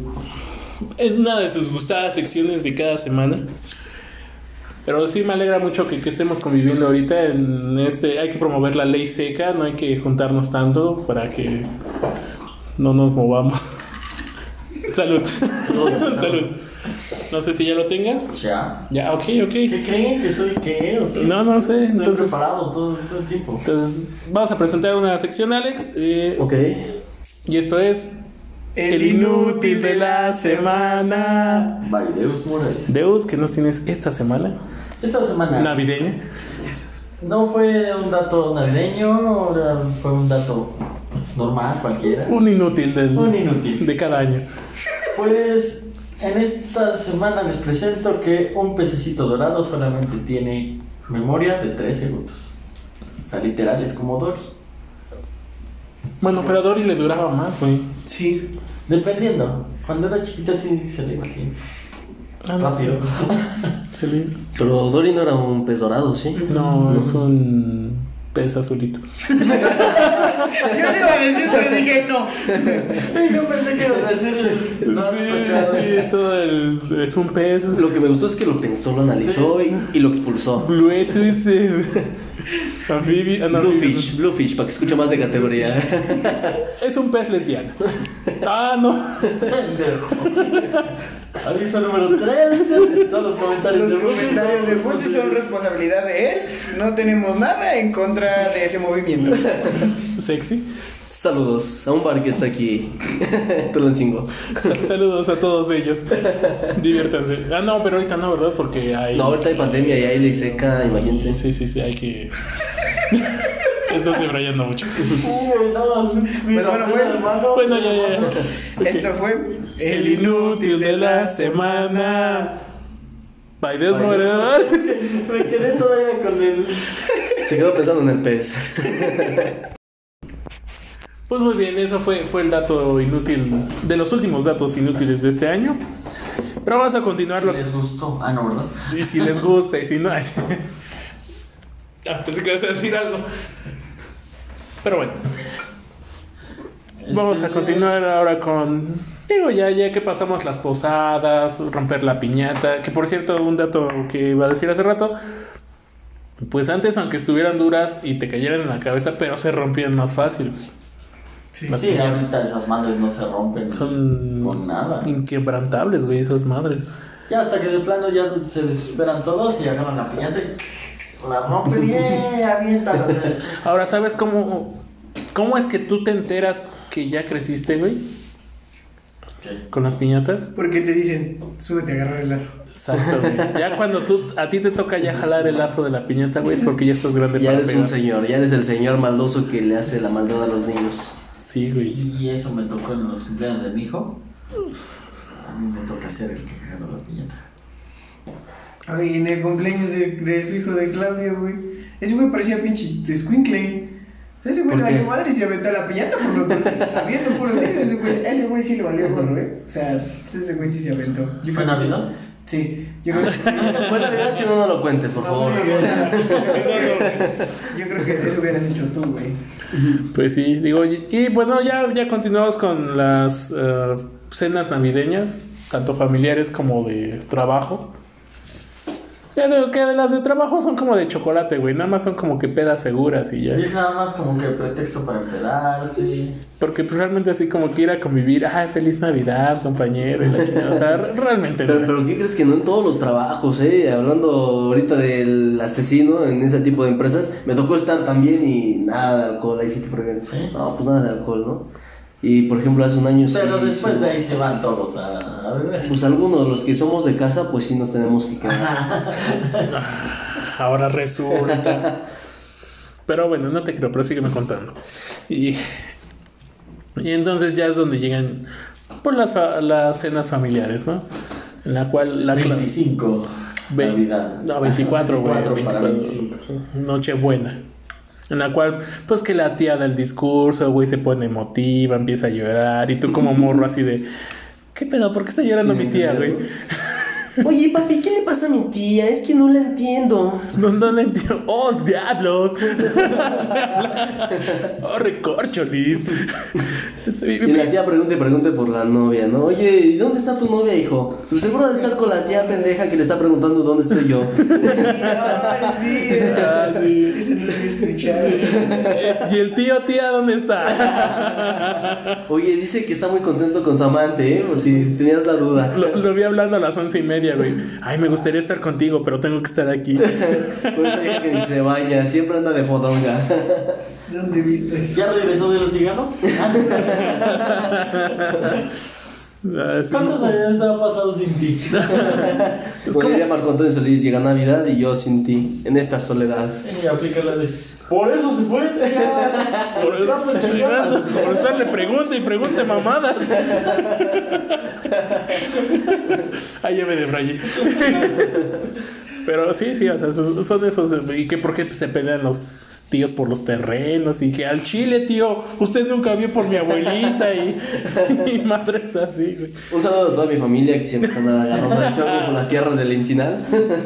S1: es una de sus gustadas secciones de cada semana. Pero sí me alegra mucho que, que estemos conviviendo ahorita en este... Hay que promover la ley seca, no hay que juntarnos tanto para que no nos movamos. Salud. Salud. No sé si ya lo tengas.
S2: Ya.
S1: Ya, ok, ok.
S2: ¿Qué creen que soy qué? ¿O qué?
S1: No, no sé.
S2: Estoy
S1: Entonces,
S2: preparado todo, todo el tiempo.
S1: entonces vamos a presentar una sección, Alex. eh,
S4: Ok.
S1: y esto es... El inútil de la semana.
S2: Vaideus Morales.
S1: Deus, ¿qué nos tienes esta semana?
S2: Esta
S1: Ah.
S2: semana
S1: Navideña.
S2: no fue un dato navideño, ahora fue un dato normal, cualquiera.
S1: Un inútil del-
S2: Un inútil.
S1: de cada año.
S2: Pues en esta semana les presento que un pececito dorado solamente tiene memoria de 3 segundos. O sea, literal, es como Dory.
S1: Bueno, pero a Dory le duraba más, güey.
S3: Sí.
S2: Dependiendo. Cuando era chiquita sí se le imagina.
S1: Ah, no,
S2: Rápido.
S1: se le-
S4: Pero Dory no era un pez dorado, ¿sí?
S1: No, es un pez azulito.
S3: Yo le iba a decir, pero dije no.
S2: Yo pensé que ibas a decir.
S1: Sí, sí, todo el, es un pez.
S4: Lo que me gustó es que lo pensó, lo analizó y, y lo expulsó.
S1: Bluetis. eh. Anfibio. ah, no, anfibio.
S4: Bluefish, Bluefish, para que escuche más de categoría.
S1: Es un pez lesbiana. Ah, no.
S2: Pendejo. Aviso número 3. Todos los comentarios
S3: Los
S2: de Fusi
S3: comentarios de Fusi son responsabilidad de él. No tenemos nada en contra de ese movimiento.
S1: Sexy.
S4: Saludos a un bar que está aquí. Tulancingo.
S1: Sa- Saludos a todos ellos. Diviértanse. Ah, no, pero ahorita no, ¿verdad? Porque hay.
S4: No, ahorita hay pandemia y aire y seca,
S1: Sí,
S4: imagínense.
S1: sí, sí, sí, hay que. Estás debrayando mucho.
S2: Uy, no, mi
S3: Pues bueno,
S2: Rafael,
S3: fue-
S2: hermano.
S1: Bueno, ya, ya, ya. Ok.
S3: Esto fue el inútil de la semana.
S1: By Dios,
S4: By
S1: Morales.
S2: Me quedé todavía con el.
S4: Se quedó pensando en el pez.
S1: Pues muy bien, eso fue, fue el dato inútil, de los últimos datos inútiles de este año. Pero vamos a continuarlo.
S2: Les gustó. Ah, no, ¿verdad?
S1: Y si les gusta, y si no. ay, sí. Ah, pensé que ibas a decir algo. Pero bueno, vamos a
S2: Este,
S1: continuar ahora con. Digo, ya, ya que pasamos las posadas, romper la piñata. Que por cierto, un dato que iba a decir hace rato. Pues antes, aunque estuvieran duras y te cayeran en la cabeza, pero se rompían más fácil. güey. Las
S2: Sí,
S1: piñatas.
S2: ahorita esas madres no se rompen.
S1: Son
S2: Con nada.
S1: inquebrantables, güey, esas madres.
S2: Ya hasta que de plano ya se desesperan todos y agarran la piñata y la rompen bien, avientan.
S1: Ahora, ¿sabes cómo, cómo es que tú te enteras que ya creciste, güey? Con las piñatas.
S3: Porque te dicen, súbete a agarrar el lazo.
S1: Exacto, güey. Ya cuando tú, a ti te toca ya jalar el lazo de la piñata, güey, es porque ya estás grande
S4: Ya
S1: para
S4: eres un
S1: pegar.
S4: señor, ya eres el señor maldoso que le hace la maldad a los niños.
S1: Sí, güey.
S2: Y eso me tocó en los cumpleaños de mi hijo. A mí me toca ser el que agarra la piñata.
S3: Ay, en el cumpleaños de, de su hijo de Claudio, güey. Ese güey parecía pinche escuincle. Ese güey
S4: ¿Por
S3: le valió
S4: qué?
S3: madre y se aventó la piñata por los dulces. Habiendo puros dulces, ese güey, ese güey sí le valió gorro, ¿eh? O sea, ese güey sí se aventó. Yo
S2: ¿Fue
S3: creo que-
S2: Navidad?
S3: Sí. Yo creo que...
S4: Fue Navidad, Pues si no, no lo cuentes, por favor.
S3: No, sí, o sea, Yo creo que eso hubieras hecho tú, güey.
S1: Pues sí, digo, y, y, bueno, ya, ya continuamos con las eh, cenas navideñas, tanto familiares como de trabajo. Ya digo que de las de trabajo son como de chocolate, güey, nada más son como que pedas seguras y ya.
S2: Y es nada más como que pretexto para empedarte.
S1: Porque pues, realmente así como que ir a convivir, ay, feliz Navidad, compañero, y la chingada. O sea, re- realmente no
S4: Pero,
S1: es.
S4: pero ¿qué crees que no en todos los trabajos, eh? Hablando ahorita del asesino en ese tipo de empresas, me tocó estar también y nada de alcohol, ahí sí te fregas.
S2: Sí.
S4: No, pues nada de alcohol, ¿no? Y por ejemplo, hace un año sí-
S2: Pero después
S4: sí.
S2: de ahí se van todos a, a beber.
S4: Pues algunos, los que somos de casa, pues sí nos tenemos que quedar.
S1: Ahora resulta. pero bueno, no te creo, pero sígueme contando. Y, y entonces ya es donde llegan por las, fa- las cenas familiares, ¿no? En la cual la cla-
S2: 25.
S1: ve-
S2: Navidad.
S1: No, 24, güey.
S2: 24 para
S1: 24.
S2: 25.
S1: Nochebuena. En la cual, pues que la tía da el discurso, güey, se pone emotiva, empieza a llorar. Y tú como morro así de... ¿Qué pedo? ¿Por qué está llorando
S4: Sí,
S1: mi tía,
S4: entender,
S1: güey?
S4: Oye, papi, ¿qué le pasa a mi tía? Es que no la entiendo.
S1: No, no le entiendo. ¡Oh, diablos! ¡Oh, recorcholis! Estoy-
S4: Y la tía pregunta y pregunta por la novia, ¿no? Oye, ¿y dónde está tu novia, hijo? Pues seguro de estar con la tía pendeja que le está preguntando dónde estoy yo.
S3: Ay, sí.
S1: Ah, sí.
S3: Ese no lo había escuchado.
S1: Eh, ¿Y el tío, tía, dónde está?
S4: Oye, dice que está muy contento con su amante, ¿eh? Por si tenías la duda.
S1: Lo, lo vi hablando a las once y media, güey. Ay, me gustaría estar contigo, pero tengo que estar aquí.
S4: Por eso dije que ni se baña, siempre anda de fodonga.
S3: ¿Dónde viste eso?
S2: ¿Ya regresó de los cigarros?
S1: Ah, sí.
S2: ¿Cuántos años ha pasado sin ti?
S1: Es
S4: Como
S1: como-
S4: diría Marco Antonio Solís, llega Navidad y yo sin ti, en esta soledad.
S2: Y aplica la de. Por eso se fue. tía.
S1: Por,
S2: estarme chingando".
S1: por estarle pregunta y pregunte mamadas. Ahí ya me defrayé. Pero sí, sí, o sea, son son esos. ¿Y que por qué se pelean los tíos por los terrenos? Y que al chile, tío, usted nunca vio por mi abuelita y, y madres así, güey.
S4: Un saludo a toda mi familia que siempre anda agarrando el choco con las tierras del Encinal.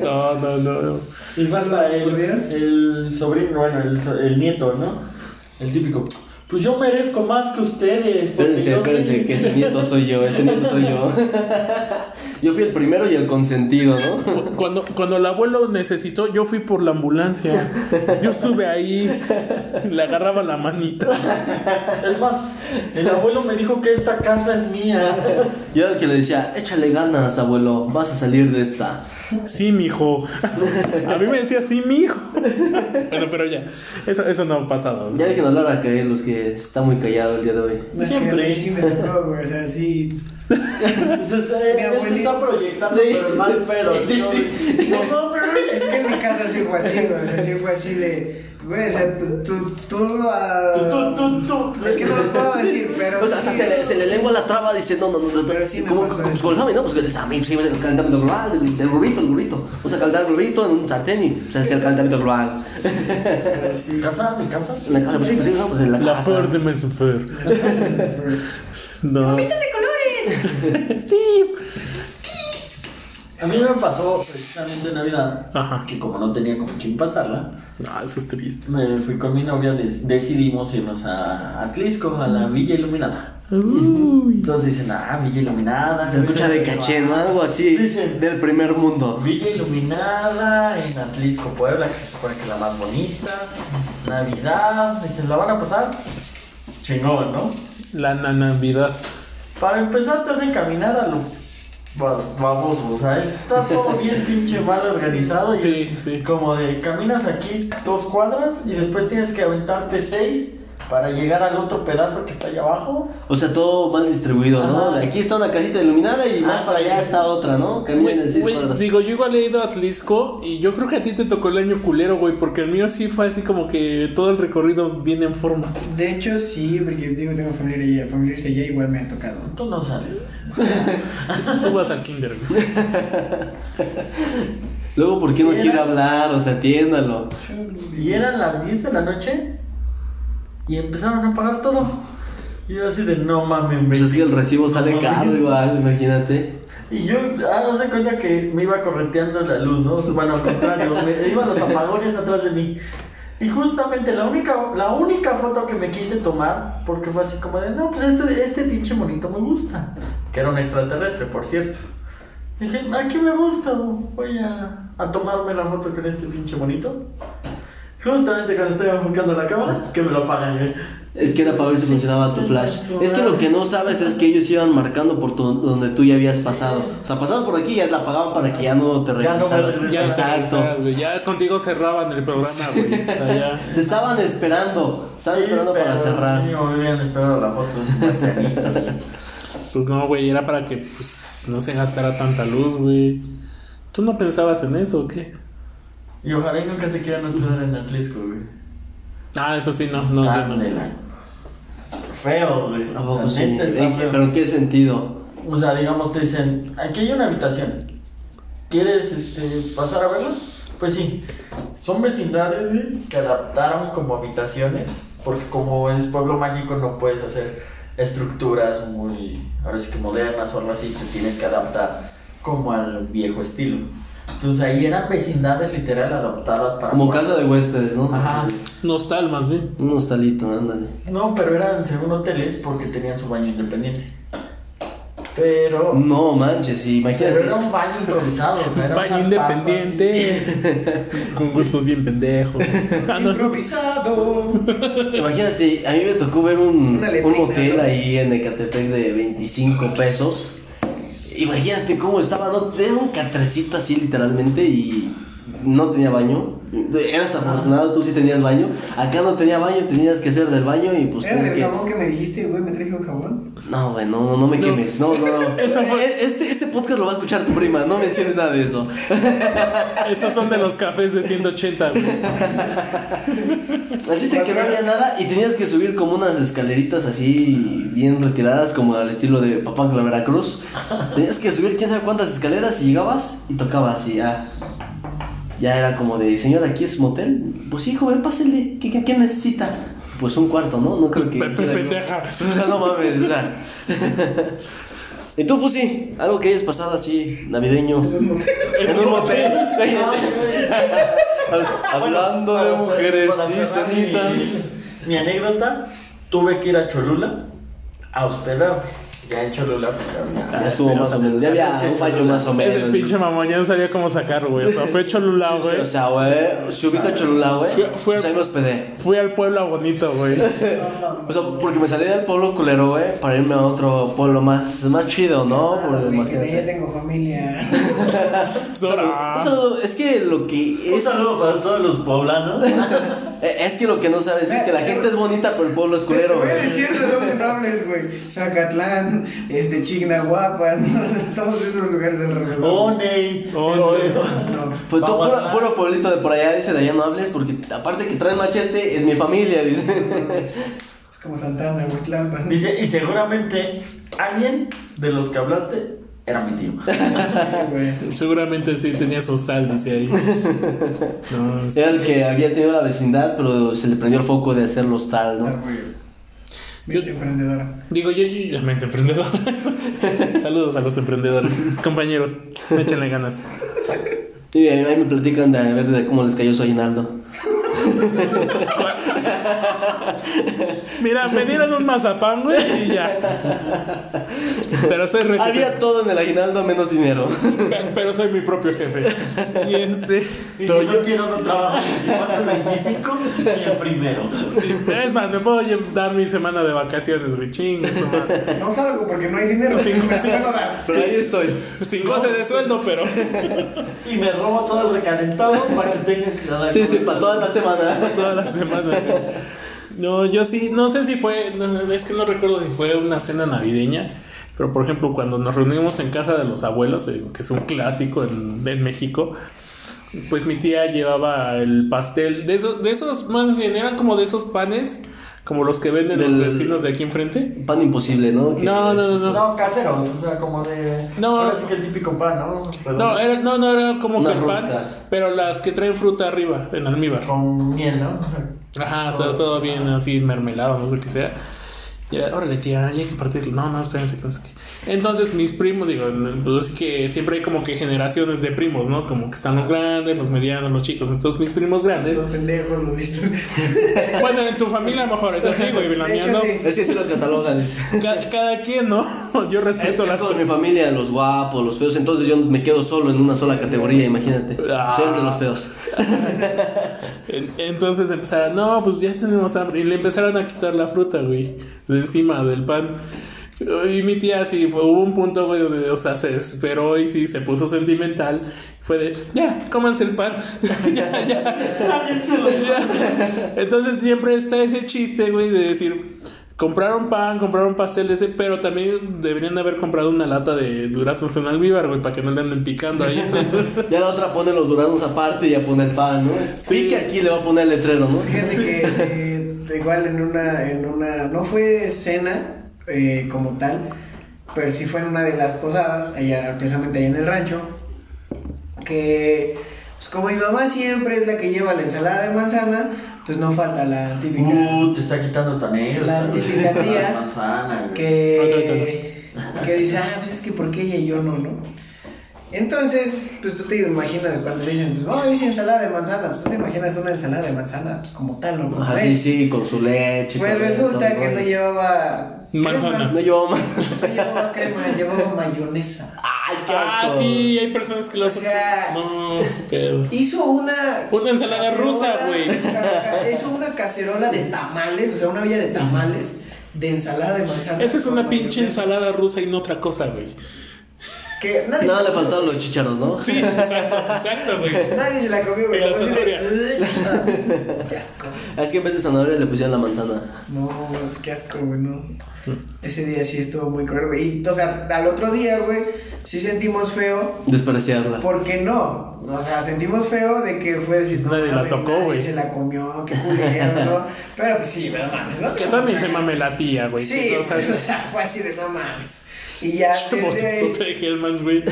S1: No, no, no. no.
S2: Y falta el,
S3: ¿Podrías?
S2: el sobrino, bueno, el, el nieto, ¿no? El típico. Pues yo merezco más que ustedes. porque
S4: Espérense,
S2: yo soy-
S4: espérense, que ese nieto soy yo, ese nieto soy yo. Yo fui el primero y el consentido, ¿no?
S1: Cuando, cuando el abuelo necesitó, yo fui por la ambulancia. Yo estuve ahí, le agarraba la manita.
S2: Es más, el abuelo me dijo que esta casa es mía.
S4: Yo era el que le decía, échale ganas, abuelo, vas a salir de esta.
S1: Sí, mijo. A mí me decía, sí, mijo. Bueno, pero ya, eso, eso no ha pasado.
S4: Ya dejen hablar a Kael, los que está muy callado el día de hoy.
S3: No, es que a
S1: Siempre.
S3: mí sí me tocó, güey, o sea, sí.
S2: Se está, él se está proyectando, pero el mal pedo.
S4: Sí, sí.
S2: No, no, pero
S3: Es que en mi casa sí fue así, güey, o sea, sí fue así de. Güey, o sea, tú, tú, tú, ah,
S2: Tú, tú, tú, tú.
S3: Es que no lo puedo decir, pero
S4: O sea,
S3: sí.
S4: se le, se le lengua la traba, dice, no, no, no, no.
S3: Pero sí me
S4: ¿Cómo,
S3: pasó
S4: pues,
S3: eso.
S4: con el sami, no? Pues el sami, sí, el calentamiento global, el, el rubito, el rubito. O sea, calentar el rubito en un sartén y se hacía el calentamiento global.
S2: ¿Mi casa? ¿Mi casa?
S4: En la casa, pues sí, pues sí, no, pues en la,
S1: La
S4: casa.
S1: flor de Mensufer. No.
S5: de colores!
S1: Steve.
S2: A mí me pasó precisamente en Navidad,
S1: Ajá.
S2: que como no tenía con quién pasarla,
S1: Ah, eso es triste.
S2: me fui con mi novia, des- decidimos irnos a Atlisco, a la Villa Iluminada.
S1: Uy.
S2: Entonces dicen, ah, Villa Iluminada.
S4: Se escucha de caché, ¿no? Algo así,
S2: Dicen.
S4: del primer mundo.
S2: Villa Iluminada en Atlisco, Puebla, que se supone que es la más bonita. Navidad, dicen, ¿la van a pasar? Chingón, ¿no?
S1: La nananvidad.
S2: Para empezar te hacen caminar a lo... va- Vamos, o sea, está todo bien pinche mal organizado y
S1: Sí,
S2: es
S1: sí.
S2: como de caminas aquí dos cuadras y después tienes que aventarte seis para llegar al otro pedazo que está allá abajo.
S4: O sea, todo mal distribuido, ¿no?
S2: Ajá.
S4: Aquí está una casita iluminada y más
S2: Ah,
S4: para allá está otra, ¿no? Camina en el
S1: Güey,
S4: seis
S1: güey,
S4: cuadras.
S1: digo, yo igual he ido a Atlisco y yo creo que a ti te tocó el año culero, güey, porque el mío sí fue así como que todo el recorrido viene en forma.
S3: De hecho, sí, porque digo, tengo familia y familiares allá igual me han tocado.
S2: Tú no sales.
S1: Tú vas al kinder, güey.
S4: Luego, ¿por qué no quiere hablar? O sea, atiéndalo.
S2: Y eran las 10 de la noche y empezaron a pagar todo. Y yo así de no mames.
S4: Pues es que el recibo
S2: no
S4: sale
S2: mames".
S4: caro igual, imagínate.
S2: Y yo, ah, se cuenta que me iba correteando la luz, ¿no? Bueno, al contrario, me iban los apagones atrás de mí. Y justamente la única, la única foto que me quise tomar, porque fue así como de, no, pues este, este pinche monito me gusta. Que era un extraterrestre, por cierto. Dije, aquí me gusta, voy a, a tomarme la foto con este pinche monito. Justamente cuando estoy enfocando la cámara, que me lo apagan, güey.
S4: Es que era para ver si funcionaba tu flash. Es que lo que no sabes es que ellos iban marcando por tu- donde tú ya habías pasado. O sea, pasabas por aquí y ya la apagaban para que ya no te
S2: Ya no
S4: regresaras.
S2: vuelves,
S1: Ya,
S4: Exacto.
S1: te güey. ya contigo cerraban el programa, güey. O sea, ya.
S4: Te estaban esperando. Estaban esperando para
S2: Pero
S4: cerrar.
S2: mínimo me habían esperado la foto de ese marcianito, güey.
S1: Pues no, güey, era para que pues, no se gastara tanta luz, güey. ¿Tú no pensabas en eso o qué?
S2: Y ojalá y nunca se quieran hospedar en Atlisco, güey.
S1: Ah, eso sí, no, no, yo no.
S2: Ándela. Feo, güey.
S4: ¿A poco
S2: La
S4: Ah, sí?
S2: neta está
S4: ¿En qué-
S2: feo.
S4: ¿Pero en qué sentido?
S2: O sea, digamos, te dicen, aquí hay una habitación. ¿Quieres este, pasar a verla? Pues sí. Son vecindades, güey, que adaptaron como habitaciones. Porque como es pueblo mágico no puedes hacer estructuras muy, ahora sí que modernas o algo así. Te tienes que adaptar como al viejo estilo. Entonces ahí eran vecindades literal adaptadas para...
S4: Como
S2: cuartos.
S4: casa de huéspedes, ¿no?
S2: Ajá.
S1: Nostal, más bien.
S4: Un hostalito, ándale.
S2: No, pero eran según hoteles porque tenían su baño independiente. Pero.
S4: No manches, sí,
S2: Pero
S4: Mm, imagínate.
S2: era un baño improvisado, o sea, era
S1: Baño
S2: una taza así.
S1: independiente. Con gustos bien pendejos. Ah, no, eso-
S3: Improvisado.
S4: Imagínate, a mí me tocó ver un,
S3: Una
S4: un
S3: letrina,
S4: hotel
S3: ¿no?
S4: ahí en Ecatepec de 25 pesos. Imagínate cómo estaba, ¿no? era un catrecito así literalmente y no tenía baño. Eras afortunado, tú sí tenías baño. Acá no tenía baño, tenías que hacer del baño y pues
S3: Era
S4: tenías
S3: del
S4: que...
S3: jabón que me dijiste, güey, me traje un jabón.
S4: No, güey, no, no, no me
S1: No.
S4: quemes. No, no, no.
S1: Esa fue-
S4: Eh, Este, este podcast lo va a escuchar tu prima, no menciones nada de eso.
S1: Ah, Esos son de los cafés de 180, güey.
S4: El chiste es que no había nada y tenías que subir como unas escaleritas así bien retiradas, como al estilo de Papá la Veracruz. Tenías que subir quién sabe cuántas escaleras y llegabas y tocabas y ya. Ya era como de, señor, aquí es motel. Pues sí, joven, pásele. ¿Qué, qué, qué necesita? Pues un cuarto, ¿no? No creo que.
S1: Pepe, pendeja.
S4: No, no mames, o sea. ¿Y tú, Fusi? Algo que hayas pasado así, navideño. En un motel. Hablando de
S2: Para hacer-
S4: mujeres
S2: para
S4: y
S2: cerrar
S4: cenitas.
S2: Mi, mi anécdota, tuve que ir a Cholula a hospedarme. Ya en Cholula, pues ya había.
S4: Ya estuvo más o menos. Ya había un baño más o menos.
S1: Ese pinche mamón ya no sabía cómo sacarlo, güey. O sea, fue Cholula, güey.
S4: O sea, güey, si ubica Cholula, güey,
S1: Fue- fue-
S4: pues ahí me hospedé.
S1: Fui al pueblo bonito, güey.
S4: O sea, porque me salí del pueblo culero, güey, para irme a otro pueblo más, más chido, ¿no?
S3: Ah,
S4: Porque
S3: güey, que de allá
S4: imagínate.
S3: tengo familia.
S1: Sora.
S4: Un saludo, es que lo que
S2: Un
S4: es,
S2: saludo para todos los poblanos.
S4: eh, es que lo que no sabes es que la gente es bonita, pero eh, el pueblo es culero,
S3: eh, Te voy a
S4: güey.
S3: decir de dónde no hables, güey. Zacatlán, este, Chignahuapan, todos esos lugares alrededor.
S2: One.
S1: Oh,
S3: No.
S4: Pues todo
S2: Vamos a
S4: puro,
S2: hablar.
S4: puro pueblito de por allá, dice, de allá no hables, porque aparte que traen machete, es mi familia, dice.
S3: Es como Santana, Huitlampan.
S2: Dice, y seguramente alguien de los que hablaste era mi tío.
S3: güey.
S1: Seguramente sí tenías hostal, dice ahí. No, sí.
S4: Era el que había tenido la vecindad, pero se le prendió el foco de hacerlo tal,
S3: Ah,
S4: ¿no?
S3: güey. Vete emprendedora.
S1: Digo, yo, yo, yo mente emprendedor. Saludos a los emprendedores. Compañeros, échenle ganas.
S4: Y ahí ahí me platican de a ver de cómo les cayó su aguinaldo.
S1: Mira, me dieron un mazapán, güey, y ya. Pero soy re-
S4: Había todo en el aguinaldo menos dinero.
S1: pe- Pero soy mi propio jefe. Y este.
S2: Pero yo quiero no trabajo. Me falta el 25 y el primero.
S1: Es más, me puedo lle- dar mi semana de vacaciones, güey. Chingue su madre.
S3: No salgo porque no hay dinero.
S1: Sí,
S3: me
S1: sí.
S3: van a dar.
S4: Pero ahí estoy.
S1: Sin goce de sueldo, pero.
S2: Y me robo todo el recalentado para que tengan que dar
S4: Sí, sí, para toda la semana.
S1: Todas las semanas, güey. No, yo sí, no sé si fue, no, es que no recuerdo si fue una cena navideña, pero por ejemplo, cuando nos reunimos en casa de los abuelos, eh, que es un clásico en, en México, pues mi tía llevaba el pastel, de esos, de esos, más bien, eran como de esos panes, como los que venden los
S4: Del-
S1: vecinos de aquí enfrente.
S4: Pan imposible, ¿no? Que-
S1: No, no, no, no.
S2: No, caseros, o sea, como de.
S1: No.
S2: Ahora sí que el típico pan, ¿no?
S1: No,
S4: eh.
S1: era, no, no, era como
S4: Una
S1: que el pan,
S4: rosca.
S1: pero las que traen fruta arriba, en almíbar.
S2: Con miel, ¿no?
S1: Ajá, o sea, todo bien así, mermelado, no sé qué sea. Y era, órale, tía, ya hay que partirlo. No, no, espérense. pues, que no sé qué. Entonces, mis primos, digo, pues así que siempre hay como que generaciones de primos, ¿no? Como que están los grandes, los medianos, los chicos. Entonces, mis primos grandes.
S3: Los pendejos, los listos.
S1: Bueno, en tu familia a lo mejor es así, güey, la
S3: De
S1: mía
S3: hecho,
S1: no.
S3: sí.
S4: Es que sí lo catalogan, dice.
S1: Ca- Cada quien, ¿no? Yo
S4: Es,
S1: respeto
S4: es
S1: las.
S4: como mi familia, los guapos, los feos. Entonces yo me quedo solo en una sola categoría, imagínate.
S1: Ah.
S4: Soy el de los feos.
S1: En- Entonces empezaron, no, pues ya tenemos hambre. Y le empezaron a quitar la fruta, güey, de encima del pan. Y mi tía, sí, fue- hubo un punto, güey, donde, o sea, se desesperó y sí, se puso sentimental. Fue de, ya, cómanse el pan. ya, ya.
S2: Alguien se lo lleva.
S1: Entonces siempre está ese chiste, güey, de decir, compraron pan, compraron pastel de ese, pero también deberían de haber comprado una lata de duraznos en almíbar, güey, para que no le anden picando ahí.
S4: Ya la otra pone los duranos aparte y ya pone el pan, ¿no?
S1: Sí.
S4: Sí. que aquí le va a poner el letrero, ¿no?
S3: Fíjate que eh, igual en una, en una, no fue cena eh, como tal, pero sí fue en una de las posadas, allá, precisamente allá en el rancho, que pues como mi mamá siempre es la que lleva la ensalada de manzana, pues no falta la típica,
S2: Uh, te está quitando tan
S3: La típica tía.
S2: manzana, güey.
S3: que, que dice, ah, pues es que por qué ella y yo no, ¿no? Entonces, pues tú te imaginas cuando te dicen, pues, oh, hice ensalada de manzana, pues tú te imaginas una ensalada de manzana, pues como tal, ¿no? Como
S4: Ajá,
S3: es.
S4: sí, sí, con su leche.
S3: Pues
S4: con todo
S3: resulta
S4: el
S3: que
S4: rollo.
S3: no llevaba
S1: Manzana.
S4: No
S3: crema.
S4: llevaba más.
S3: No llevaba crema, llevaba mayonesa.
S4: ¡Ay, qué asco!
S1: ah, sí, hay personas que lo hacen.
S3: sea-
S1: No, pero.
S3: Hizo una.
S1: Una ensalada rusa, güey.
S3: Hizo una cacerola de tamales, o sea, una olla de tamales de ensalada de manzana.
S1: Esa es
S3: con
S1: una pinche
S3: mayonesa.
S1: ensalada rusa y no otra cosa, güey.
S3: Que nadie,
S4: No, le faltaron los chicharos, ¿no?
S1: Sí, exacto, exacto, güey.
S3: nadie se la comió, güey.
S1: Y la
S3: Fue así de, ah, Qué asco.
S4: Ah, Es que en vez de zanahoria le pusieron la manzana.
S3: No, es que asco, güey, no. Ese día sí estuvo muy cruel, güey. Y, o sea, al otro día, güey, sí sentimos feo.
S4: Despreciarla.
S3: ¿Por qué no? O sea, sentimos feo de que fue decir,
S1: Nadie la
S3: mames,
S1: tocó,
S3: nadie
S1: güey.
S3: Se la comió, qué culero, ¿no? Pero pues sí, no mames, ¿no?
S1: Que también se mame la tía, güey.
S3: Sí,
S1: Que, o sea,
S3: pues, o sea, fue así de no mames. Y ya desde ahí,
S1: botazote de Hellman's, güey.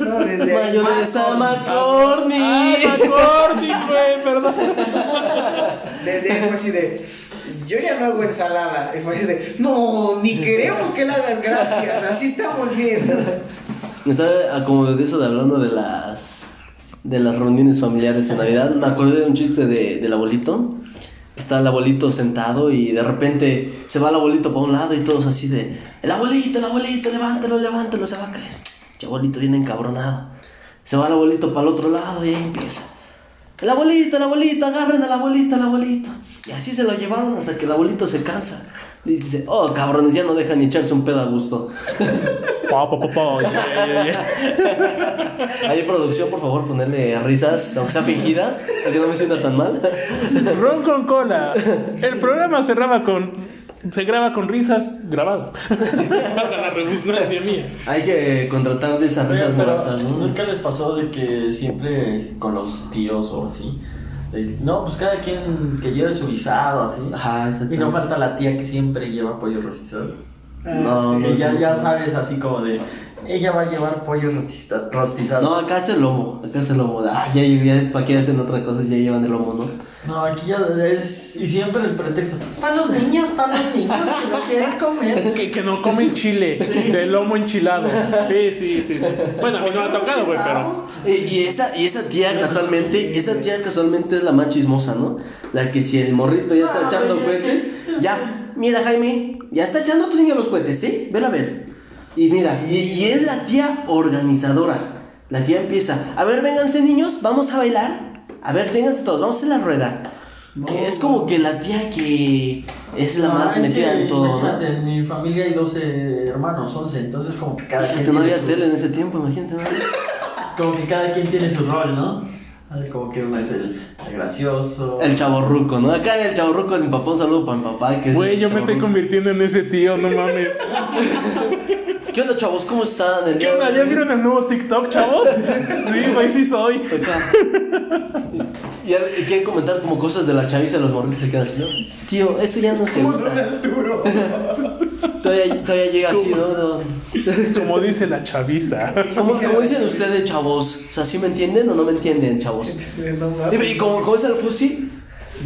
S3: no, desde ahí,
S4: Mayonesa
S3: Marco,
S4: McCorney.
S1: ¡Ay, McCordy, Ah, güey! Perdón.
S3: Desde ahí fue así de, yo ya no hago ensalada. Y fue así de, no, ni queremos que la hagas, gracias, así estamos bien.
S4: Me está a- como de eso de hablando de las de las reuniones familiares en Navidad. Me acordé de un chiste de, del abuelito Está el abuelito sentado y de repente se va el abuelito para un lado y todos así de, el abuelito, el abuelito, levántalo, levántalo, se va a caer. El abuelito viene encabronado. Se va el abuelito para el otro lado y ahí empieza. El abuelito, el abuelito, agarren al abuelito, al abuelito. Y así se lo llevaron hasta que el abuelito se cansa. Y dice, oh cabrones, ya no dejan ni echarse un pedo a gusto.
S1: Pa, pa, pa, pa. Yeah, yeah, yeah.
S4: Ahí producción, por favor, ponerle risas, aunque sean fingidas, para que no me sienta tan mal.
S1: Ron con cola. El programa cerraba con. Se graba con risas grabadas. Para la redundancia mía.
S4: Hay que contratar de esas
S2: Oigan,
S4: risas
S2: pero
S4: muertas, ¿no?
S2: nunca les pasó de que siempre con los tíos o así. de- no, pues cada quien que lleve su guisado, así.
S4: Ajá,
S2: Y
S4: exactamente.
S2: no falta la tía que siempre lleva pollo rostizado.
S4: No,
S2: Que
S4: no,
S2: eh, ya,
S4: sí.
S2: ya sabes, así como de. Ella va a llevar pollo rostiza- rostizado.
S4: No, acá es el lomo, acá es el lomo. Ah, ya, ya, ¿para qué hacen otra cosa? Ya llevan el lomo, ¿no?
S2: No, aquí ya es. Y siempre el pretexto. Para los niños, para los niños que no quieren comer.
S1: Que, que no comen chile, de lomo enchilado. Sí, sí, sí, sí. Bueno, a mí no me ha tocado, güey, pero.
S4: Y, y esa, y esa tía casualmente, esa tía casualmente es la más chismosa, ¿no? La que si el morrito ya está
S2: Ah,
S4: echando
S2: güey, es que-
S4: cohetes, ya, mira Jaime, ya está echando tu niño los cohetes, ¿sí? Ven a ver. Y mira, y, y es la tía organizadora, la que ya empieza, a ver, vénganse niños, vamos a bailar, a ver, vénganse todos, vamos a la rueda. Que es como que la tía que es la
S2: No, Ah,
S4: más
S2: es
S4: metida
S2: que
S4: en todo, ¿no?
S2: imagínate, en mi familia hay 12 hermanos, 11. Entonces, como que cada quien.
S4: Imagínate, no
S2: tiene
S4: había
S2: su-
S4: tele en ese tiempo, imagínate, ¿no?
S2: Como que cada quien tiene su rol, ¿no? A ver, Como que uno es el, el gracioso.
S4: El chaborruco, ¿no? Acá el chaborruco es mi papá, un saludo para mi papá. Que es
S1: Güey,
S4: el
S1: yo me estoy
S4: chavorruco.
S1: convirtiendo en ese tío, no mames.
S4: ¿Qué onda, chavos? ¿Cómo están? El
S1: ¿Qué
S4: día
S1: onda?
S4: de
S1: ¿Ya
S4: hoy-
S1: vieron el nuevo TikTok, chavos? Sí, güey, sí soy.
S4: Acá. Y a- y quieren comentar como cosas de la chaviza, los morritos se quedan así, ¿no? Tío, eso ya no se usa.
S3: Arturo.
S4: Todavía, todavía llega así, ¿no? No.
S1: Como dice la chaviza.
S4: ¿Cómo, cómo dicen ustedes, chavos? O sea, ¿sí me entienden o no me entienden, chavos?
S3: No mames.
S4: Y, y como, como es el fusil,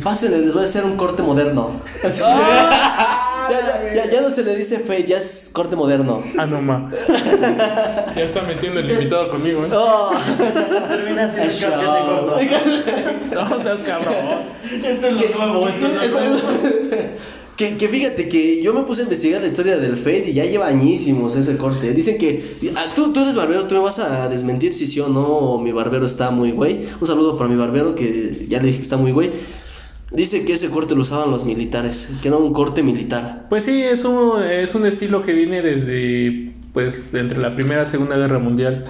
S4: pásenle, les voy a hacer un corte moderno. Así, ya, ya, ya, ya no se le dice fe, ya es corte moderno.
S1: Ah, no ma. Ya está metiendo el invitado conmigo, ¿eh?
S4: Oh.
S2: termina siendo
S4: Ay,
S2: el casquete
S4: chao.
S2: corto.
S1: No seas cabrón.
S2: Esto es lo nuevo, esto es lo nuevo.
S4: Que, que fíjate que yo me puse a investigar la historia del Fade y ya lleva añísimos ese corte. Dicen que. ah, tú, tú eres barbero, tú me vas a desmentir si sí o no. o Mi barbero está muy güey. Un saludo para mi barbero que ya le dije que está muy güey. Dice que ese corte lo usaban los militares, que era un corte militar.
S1: Pues sí, es un, es un estilo que viene desde, pues, entre la Primera y Segunda Guerra Mundial.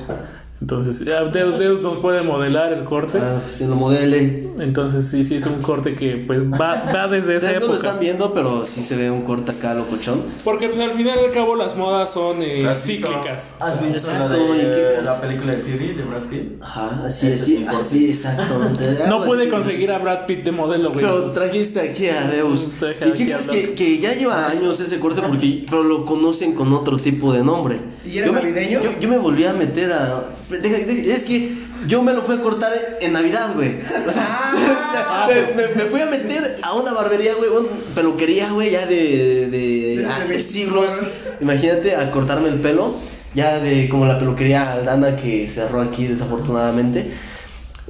S1: Entonces, ya Deus Deus nos puede modelar el corte.
S4: Ah, que lo modele.
S1: Entonces, sí, sí, es un corte que, pues, va, va desde
S4: O sea,
S1: esa
S4: no lo están
S1: época.
S4: viendo, pero sí se ve un corte acá locochón.
S1: Porque, pues, al final y al cabo, las modas son eh,
S2: Has visto-
S1: cíclicas.
S2: ¿Has visto la,
S4: Exacto, ¿y qué
S2: de,
S4: es?
S2: la película de Fury de Brad Pitt?
S4: Ajá, así,
S2: Ese es
S4: así,
S2: un corte.
S4: así, exacto.
S1: No pude conseguir a Brad Pitt de modelo, güey.
S4: Pero
S1: entonces-
S4: trajiste aquí a Deus.
S1: Mm, Traje
S4: ¿Y
S1: aquí
S4: qué crees
S1: a
S4: que,
S1: Doc.
S4: que ya lleva años ese corte? Porque, pero lo conocen con otro tipo de nombre.
S3: ¿Y era
S4: me-
S3: navideño?
S4: yo, yo me volví a meter a. pues, deja- deja- es que yo me lo fui a cortar en Navidad, güey. O
S3: Ah.
S4: sea, me, me- me fui a meter a una barbería, güey, una peluquería, güey, ya de, de, de-
S3: De-
S4: ah,
S3: de
S4: siglos.
S3: 22.
S4: Imagínate a cortarme el pelo, ya de como la peluquería Aldana que cerró aquí desafortunadamente.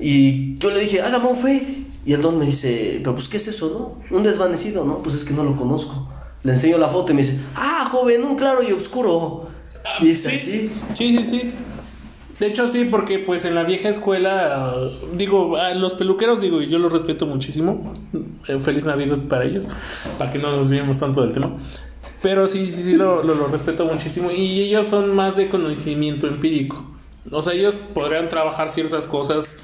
S4: Y yo le dije, hágame un fade. Y el don me dice, pero pues, ¿qué es eso, no? Un desvanecido, ¿no? Pues es que no lo conozco. Le enseño la foto y me dice, ah, joven, un claro y oscuro. Y es
S1: Ah, Sí,
S4: así.
S1: sí, sí, sí. De hecho, sí, porque pues en la vieja escuela, ah, digo, a los peluqueros, digo, y yo los respeto muchísimo. Eh, Feliz Navidad para ellos, para que no nos desviemos tanto del tema. Pero sí, sí, sí, lo, lo- lo respeto muchísimo. Y ellos son más de conocimiento empírico. O sea, ellos podrían trabajar ciertas cosas,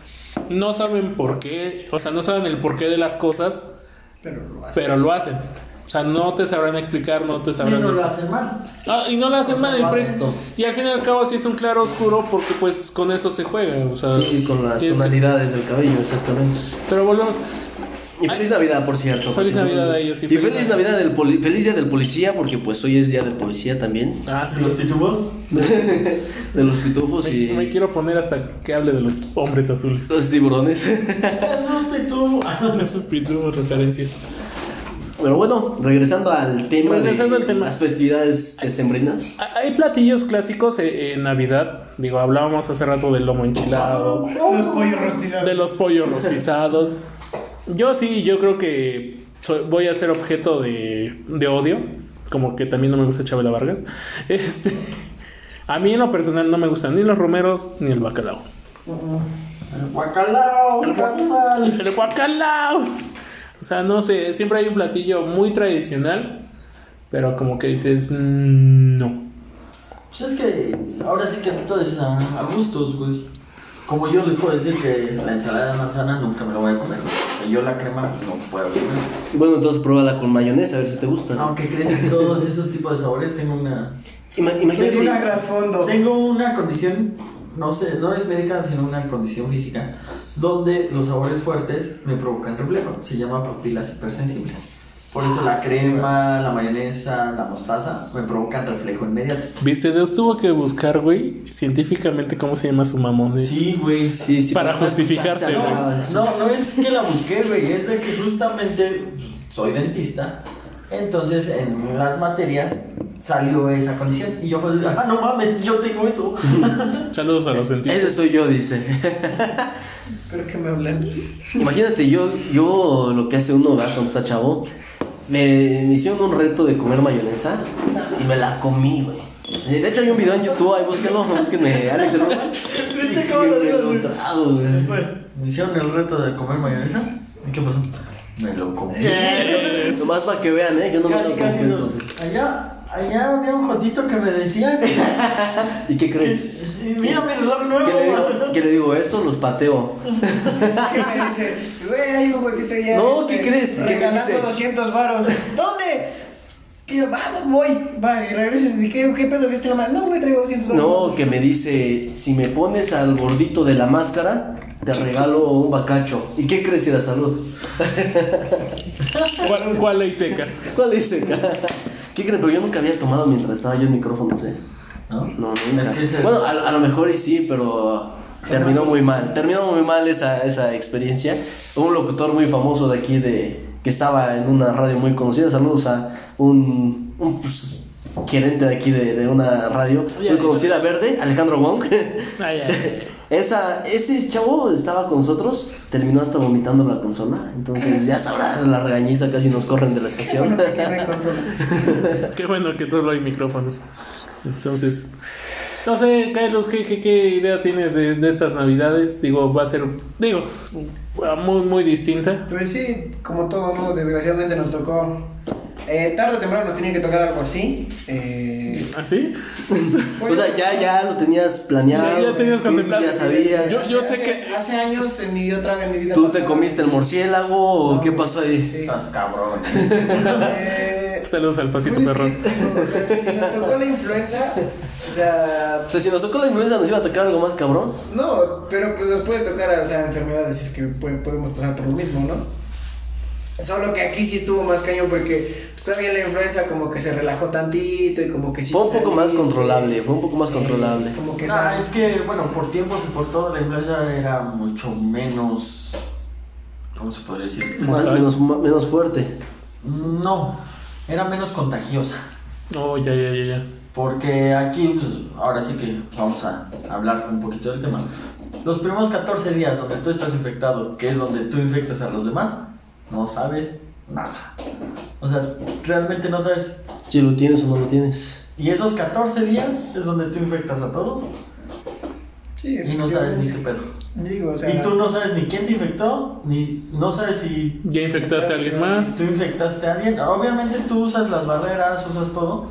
S1: no saben por qué, o sea, no saben el porqué de las cosas,
S3: Pero lo hace.
S1: pero lo hacen. O sea, no te sabrán explicar, no te
S2: Y
S1: sabrán
S2: no
S1: decir.
S2: lo hacen mal.
S1: Ah, y no la hacen
S2: O sea,
S1: mal el
S2: lo hacen
S1: precio.
S4: todo.
S1: Y al fin y al cabo sí es un claro oscuro porque pues con eso se juega. O sea,
S4: Sí, con las
S1: tienes que-
S4: tonalidades del cabello, exactamente.
S1: Pero volvemos.
S4: Y feliz Navidad, por cierto.
S1: Feliz
S4: porque-
S1: Navidad a ellos,
S4: Y
S1: y
S4: feliz,
S1: feliz
S4: Navidad, del poli- feliz día del policía, porque pues hoy es día del policía también.
S1: Ah, sí.
S2: ¿Los pitufos?
S4: De los pitufos
S1: Me,
S4: y
S1: me quiero poner hasta que hable de los hombres azules.
S4: los tiburones.
S2: Esos pitufos.
S1: Esos pitufos referencias.
S4: Pero bueno, regresando al tema
S1: Regresando
S4: de
S1: al tema.
S4: las festividades decembrinas.
S1: Ah, Hay platillos clásicos eh, en Navidad. Digo, hablábamos hace rato del lomo enchilado,
S3: Los pollos rostizados.
S1: de los pollos rostizados. Yo sí, yo creo que soy- voy a ser objeto de, de odio, como que también no me gusta Chabela Vargas. Este, a mí en lo personal no me gustan ni los romeros ni el bacalao.
S2: El guacalao, carnal.
S1: El guacalao. O sea, no sé, siempre hay un platillo muy tradicional, pero como que dices, "Mm, no.
S2: Pues es que ahora sí que todo es a, a gustos, güey. Como yo les puedo decir que la ensalada de manzana nunca me la voy a comer. güey. O sea, Yo la crema pues, no puedo comer.
S4: Bueno, entonces pruébala con mayonesa, a ver si te gusta.
S1: Ah,
S2: Aunque crees que todos esos tipos de sabores tengo una...
S4: Ima- imagínate.
S3: Tiene un trasfondo.
S2: Tengo una condición, no sé, no es médica, sino una condición física, donde los sabores fuertes me provocan reflejo. Se llama papilas hipersensibles. Por eso la crema, la mayonesa, la mostaza me provocan reflejo inmediato.
S1: Viste, Dios tuvo que buscar, güey, científicamente cómo se llama su mamón.
S2: Sí, güey,
S4: Sí, sí,
S1: para
S4: pero-
S1: justificarse, güey.
S2: No, no es que la busqué, güey, es de que justamente soy dentista. Entonces, en las materias salió esa condición. Y yo fue, ah, no mames, yo tengo eso.
S1: Saludos a los científicos.
S4: Ese soy yo, dice.
S3: Creo que me hablan.
S4: Imagínate, yo, yo lo que hace uno, ¿verdad? Cuando está chavo, me, me hicieron un reto de comer mayonesa y me la comí, güey. Eh, De hecho, hay un video en YouTube, ahí búsquenlo, búsquenme, Alex el Normal.
S2: ¿Viste cómo lo
S4: Y me
S2: digo, güey?
S4: trago, güey.
S2: Me hicieron el reto de comer mayonesa. ¿Y qué pasó? Me lo comí.
S4: Nomás para que vean, ¿eh? Yo no me
S2: casi,
S4: lo
S2: casi no.
S4: comí, entonces.
S2: Allá, allá había un jotito que me decía que.
S4: ¿Y qué crees?
S2: Mira mi reloj
S4: ¿Qué le digo?
S2: nuevo.
S4: ¿Qué le digo? ¿Eso? Los pateo.
S3: ¿Qué me dice? Güey, hay un gotito ya.
S4: No, ¿qué crees? ¿Qué me
S3: regalando
S4: dice?
S3: 200 varos. ¿Dónde? Que yo, vamos, voy. Va, y regreso. ¿Y qué, qué pedo? ¿Viste nomás? No, güey, traigo 200 varos.
S4: No, que me dice, si me pones al gordito de la máscara, te regalo un bacacho. ¿Y qué crees y la salud?
S1: ¿Cuál, cuál ley seca?
S4: ¿Cuál dice? ¿Qué creen? Pero yo nunca había tomado mientras estaba yo en micrófonos, ¿eh? No, nunca.
S2: Es que ese-
S4: Bueno, a, a lo mejor y sí, pero terminó muy mal. Terminó muy mal esa, esa experiencia. Un locutor muy famoso de aquí, de que estaba en una radio muy conocida. Saludos a un, un, pues, gerente de aquí de, de una radio muy conocida, verde, Alejandro Wong.
S1: Ay, ay, ay.
S4: Esa, ese chavo estaba con nosotros, terminó hasta vomitando la consola. Entonces, ya sabrás, la regañiza casi nos corren de la estación.
S3: Bueno, te quedé con solo.
S1: Qué bueno que solo hay micrófonos. Entonces, no sé, Carlos, ¿qué, qué, qué idea tienes de, de estas navidades? Digo, va a ser, digo, muy, muy distinta.
S3: Pues sí, como todo, ¿no? Desgraciadamente nos tocó. Eh, tarde o temprano nos tiene que tocar algo así. Eh, pues,
S1: ¿Así?
S4: O sea, ya, ya lo tenías planeado.
S1: Sí, ya tenías
S4: tú
S1: contemplado.
S4: Ya sabías.
S1: Yo- yo sé
S3: hace-
S1: que-
S3: Hace años en mi otra vez en mi vida.
S4: ¿Tú te
S3: pasada-
S4: comiste el murciélago o
S3: No,
S4: qué pasó ahí? Ah,
S3: Sí.
S2: Estás cabrón.
S3: Eh,
S1: Saludos al
S3: pues
S1: pasito
S3: es que,
S1: perrón.
S3: digo, o sea, si nos tocó la influenza, o sea,
S4: O sea, si nos tocó la influenza, nos iba a tocar algo más cabrón.
S3: No, pero pues nos puede tocar, o sea, enfermedades que puede- podemos pasar por lo mismo, ¿no? Solo que aquí sí estuvo más cañón porque pues, todavía la influenza como que se relajó tantito y como que sí.
S4: Fue un poco más
S3: saliste.
S4: controlable, fue un poco más controlable.
S3: Como que
S2: Ah,
S3: sal-
S2: es que, bueno, por tiempos y por todo, la influenza era mucho menos. ¿Cómo se podría decir?
S4: Más, menos, ma- menos fuerte.
S2: No, era menos contagiosa.
S1: Oh, ya, ya, ya, ya.
S2: Porque aquí, pues, ahora sí que vamos a hablar un poquito del tema. Los primeros 14 días donde tú estás infectado, que es donde tú infectas a los demás, no sabes nada. O sea, realmente no sabes
S4: Si lo tienes o no lo tienes.
S2: Y esos 14 días es donde tú infectas a todos
S3: Sí,
S2: y no sabes ni qué
S3: efectivamente.
S2: pedo.
S3: Digo, o sea.
S2: y tú no sabes ni quién te infectó, ni no sabes si
S1: ¿Ya infectaste a alguien más?
S2: tú infectaste a alguien. Obviamente tú usas las barreras, usas todo,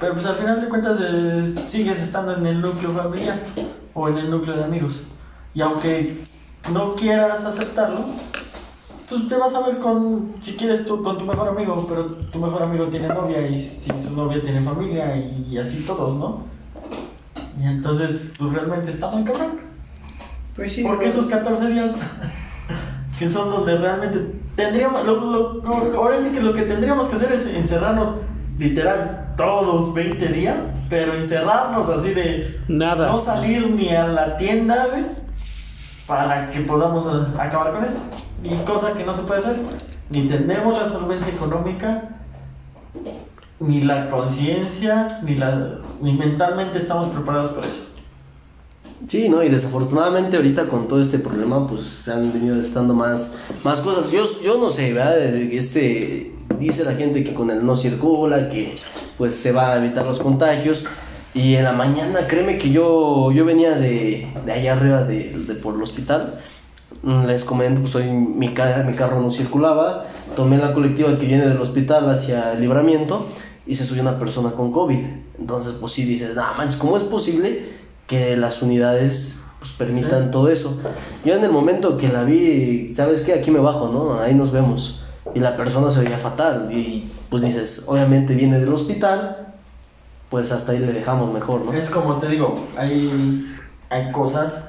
S2: pero pues al final de cuentas eh, sigues estando en el núcleo familiar o en el núcleo de amigos. Y aunque no quieras aceptarlo, pues te vas a ver con, si quieres, tú, con tu mejor amigo, pero tu mejor amigo tiene novia y si su novia tiene familia y, y así todos, ¿no? Y entonces, pues realmente estamos cabrón.
S3: Pues sí.
S2: Porque
S3: digo,
S2: esos 14 días que son donde realmente tendríamos, lo- lo- lo- ahora sí que lo que tendríamos que hacer es encerrarnos literal todos 20 días, pero encerrarnos así de
S1: Nada.
S2: no salir ni a la tienda, güey, para que podamos eh, acabar con esto. Y cosa que no se puede hacer, ni tenemos la solvencia económica, ni la conciencia, ni la ni mentalmente estamos preparados para eso.
S4: Sí, no, y desafortunadamente ahorita con todo este problema, pues se han venido estando más, más cosas. Yo, yo no sé, ¿verdad? De- de- Este, dice la gente que con el no circula, que pues se va a evitar los contagios. Y en la mañana, créeme que yo, yo venía de, de allá arriba, de, de por el hospital. Mm, Les comento, pues hoy mi, ca- mi carro no circulaba. Tomé la colectiva que viene del hospital hacia el libramiento y se subió una persona con COVID. Entonces, pues sí dices, no manches, ¿cómo es posible que las unidades pues, permitan todo eso? Yo en el momento que la vi, ¿sabes qué? Aquí me bajo, ¿no? Ahí nos vemos. Y la persona se veía fatal. Y pues dices, obviamente viene del hospital, pues hasta ahí le dejamos mejor, ¿no?
S2: Es como te digo, hay, hay cosas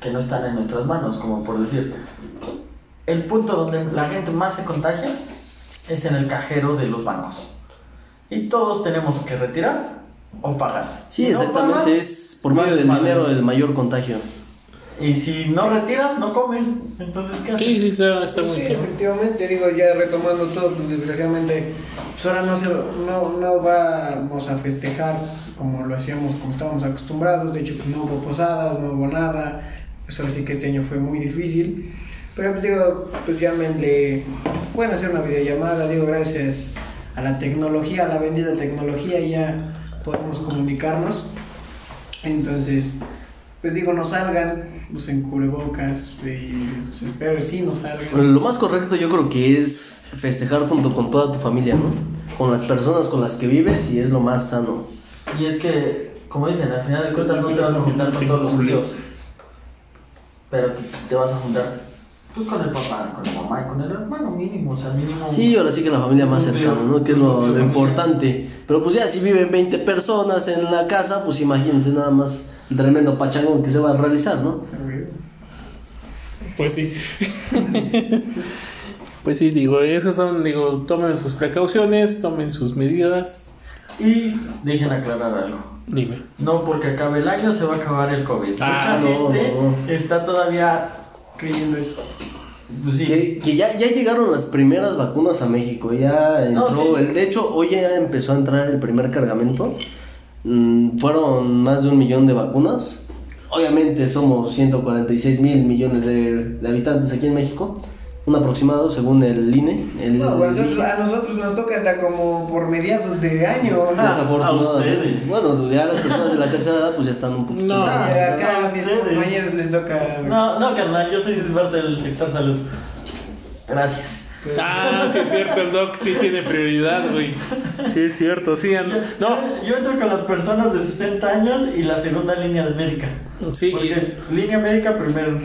S2: que no están en nuestras manos, como por decir, el punto donde la gente más se contagia es en el cajero de los bancos. Y todos tenemos que retirar o pagar.
S4: Sí,
S2: Si no
S4: exactamente.
S2: pagas,
S4: es por medio del
S2: vales
S4: dinero
S2: madres.
S4: el mayor contagio.
S2: Y si no retiras, no comes. Entonces, ¿qué haces?
S1: Sí, sí, está, está muy
S3: Sí,
S1: cabrón.
S3: efectivamente, digo, ya retomando todo, pues desgraciadamente, pues ahora no, se, no, no vamos a festejar como lo hacíamos, como estábamos acostumbrados, de hecho pues, no hubo posadas, no hubo nada, pues ahora sí que este año fue muy difícil, pero pues digo, pues llámenle, pueden hacer una videollamada, digo, gracias a la tecnología, a la bendita tecnología, ya podemos comunicarnos, entonces, pues digo, no salgan, usen cubrebocas, y pues, espero sí no salgan.
S4: Lo más correcto yo creo que es festejar junto con toda tu familia, ¿no? Con las personas con las que vives y es lo más sano.
S2: Y es que, como dicen, al final de cuentas no te vas a juntar con todos los tíos. Pero te vas a juntar pues, con el papá, con la mamá y con el hermano mínimo. O sea, mínimo.
S4: Sí, ahora sí que la familia más
S2: Un tío,
S4: cercana, ¿no? Que es lo,
S2: un tío
S4: lo
S2: familiar.
S4: importante. Pero pues ya, si viven 20 personas en la casa, pues imagínense nada más el tremendo pachangón que se va a realizar, ¿no?
S1: Pues sí. pues sí, digo, esas son, digo, tomen sus precauciones, tomen sus medidas.
S2: Y dejen aclarar algo.
S1: Dime.
S2: No porque acabe el año se va a acabar el COVID.
S1: Ah,
S2: Mucha
S4: no,
S2: gente
S4: no.
S2: está todavía.
S3: creyendo eso.
S2: pues, sí,
S4: Que, que ya, ya llegaron las primeras vacunas a México, ya entró,
S2: No, sí.
S4: el, de hecho hoy ya empezó a entrar el primer cargamento, Mm, fueron más de un millón de vacunas, obviamente somos 146 mil millones de, de habitantes aquí en México, un aproximado según el INE. El, E.
S3: No, bueno, nosotros- a nosotros nos toca hasta como por mediados de año. ¿no?
S2: Ah, a ustedes.
S4: Bueno, ya las personas de la tercera edad pues ya están un poquito...
S1: No.
S3: O sea, acá
S2: no,
S3: a mis
S2: ustedes.
S3: compañeros les toca.
S2: No, no, carnal, yo soy parte del sector salud. Gracias.
S3: pues,
S1: Ah, sí es cierto, el doc sí tiene prioridad, güey. Sí es cierto, sí. and- No,
S2: Yo entro con las personas de 60 años y la segunda línea de médica.
S1: sí.
S2: Porque
S1: y-
S2: es línea médica primer,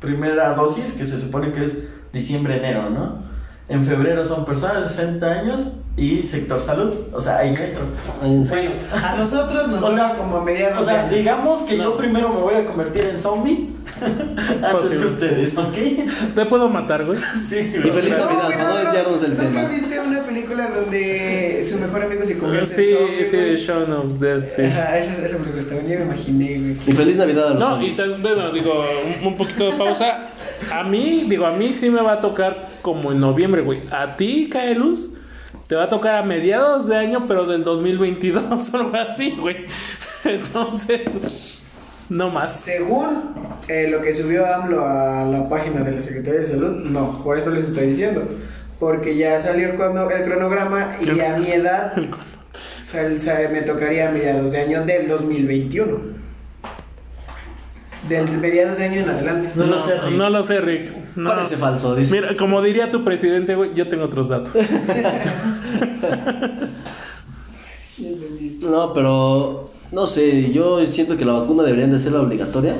S2: primera dosis, que se supone que es diciembre-enero, ¿no? En febrero son personas de 60 años y sector salud. O sea, ahí entro.
S4: Ahí-
S1: Bueno,
S3: A nosotros nos
S2: O
S3: toca
S2: sea,
S3: como a mediados
S2: O sea,
S3: de año.
S2: digamos que
S1: No.
S2: yo primero me voy a convertir en zombie antes
S1: Posible.
S2: que ustedes, ¿ok?
S1: te puedo matar, güey.
S2: Sí,
S4: Y feliz
S2: claro.
S4: Navidad,
S3: güey,
S4: no desviarnos del
S3: ¿Nunca
S4: tema.
S3: viste una película donde su mejor amigo se convierte
S1: Sí,
S3: en zombie,
S1: sí,
S3: este güey?
S1: Shaun of Dead, sí.
S3: Ajá, esa, esa película está buena, yo me imaginé, güey.
S4: Y feliz Navidad a los
S1: No, y
S4: hombres.
S1: tal, bueno, digo, un, un poquito de pausa. A mí, digo, a mí sí me va a tocar como en noviembre, güey. A ti, cae luz, te va a tocar a mediados de año, pero del 2022 o algo así, güey. Entonces, no más.
S3: Según eh, lo que subió AMLO a la página de la Secretaría de Salud, no, por eso les estoy diciendo. Porque ya salió el, crono- el cronograma y a mi edad sal- sal- me tocaría a mediados de año del 2021. Del mediados de año en adelante.
S2: No lo sé, Rick.
S1: No lo sé, Rick. No.
S4: Parece falso, dice.
S1: Mira, como diría tu presidente, güey, yo tengo otros datos.
S4: No, pero no sé, yo siento que la vacuna deberían de ser la obligatoria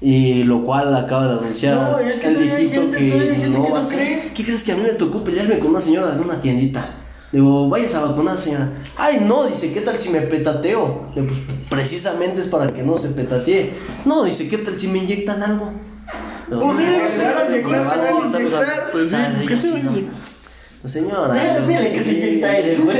S4: y lo cual acaba de anunciar
S2: No, es que
S4: el
S2: todavía hay
S4: viejito
S2: gente- todavía hay
S4: que
S2: gente
S4: no
S2: que
S4: va a
S2: no
S4: ser.
S2: cree.
S4: ¿Qué crees que a mí me tocó pelearme con una señora de una tiendita? Le Digo, vayas a vacunar, señora. Ay, no, dice, ¿qué tal si me petateo? Le digo, pues precisamente es para que no se petatee. No, dice, ¿qué tal si me inyectan algo? Le digo,
S2: Pues sí,
S4: "No,
S2: me van a
S4: me van a
S2: inyectar,
S4: inyectar, o sea,
S1: Pues sí,
S4: o sea,
S1: ¿qué
S4: yo
S1: te
S4: sí,
S1: van a
S4: no.
S1: inyectar?
S4: Pues, Señora.
S2: Dile- Dile que se inyecta aire, güey.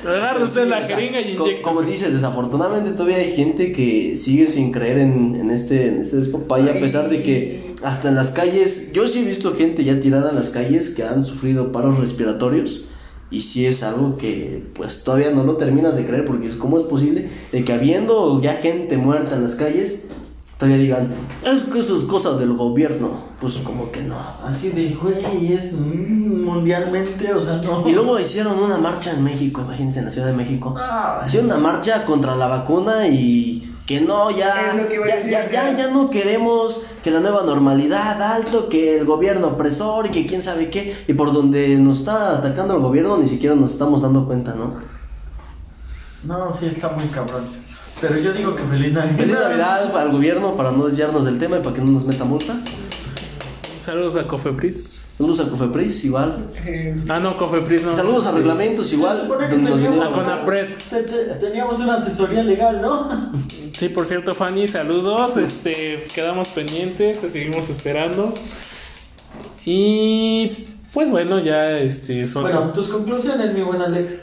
S1: Agarra usted la
S4: O sea,
S1: jeringa y
S4: co-
S1: inyecta.
S4: Como dices, desafortunadamente todavía hay gente que sigue sin creer en, en este, en este despapay, a
S3: Ay.
S4: pesar de que hasta en las calles, yo sí he visto gente ya tirada en las calles que han sufrido paros respiratorios Y sí es algo que pues todavía no lo terminas de creer porque es cómo es posible de que habiendo ya gente muerta en las calles, todavía digan, es que eso es cosa del gobierno. Pues como que no.
S2: Así de, güey, es mm, mundialmente, o sea, no.
S4: Y luego hicieron una marcha en México, imagínense, en la Ciudad de México.
S2: Ah,
S4: Hicieron una marcha contra la vacuna y que no, ya,
S3: Es lo que iba a
S4: ya,
S3: decir,
S4: ya,
S3: o
S4: ya,
S3: sea.
S4: ya no queremos que la nueva normalidad alto, que el gobierno opresor y que quién sabe qué. Y por donde nos está atacando el gobierno ni siquiera nos estamos dando cuenta, ¿no?
S2: No, sí, está muy cabrón. Pero yo digo que feliz Navidad.
S4: Feliz Navidad al gobierno para no desviarnos del tema y para que no nos meta multa.
S1: Saludos a Cofepris.
S4: Saludos a Cofepris, igual.
S3: Eh,
S1: Ah, no, Cofepris no.
S4: Saludos a reglamentos, igual.
S2: Se supone que
S4: donde nos
S2: teníamos-
S4: vinieron a-
S1: con Apret.
S2: Te- te- Teníamos una asesoría legal, ¿no?
S1: Sí, por cierto, Fanny, saludos. Este, quedamos pendientes, te seguimos esperando. Y pues bueno, ya este son
S2: Bueno, tus conclusiones, mi buen Alex.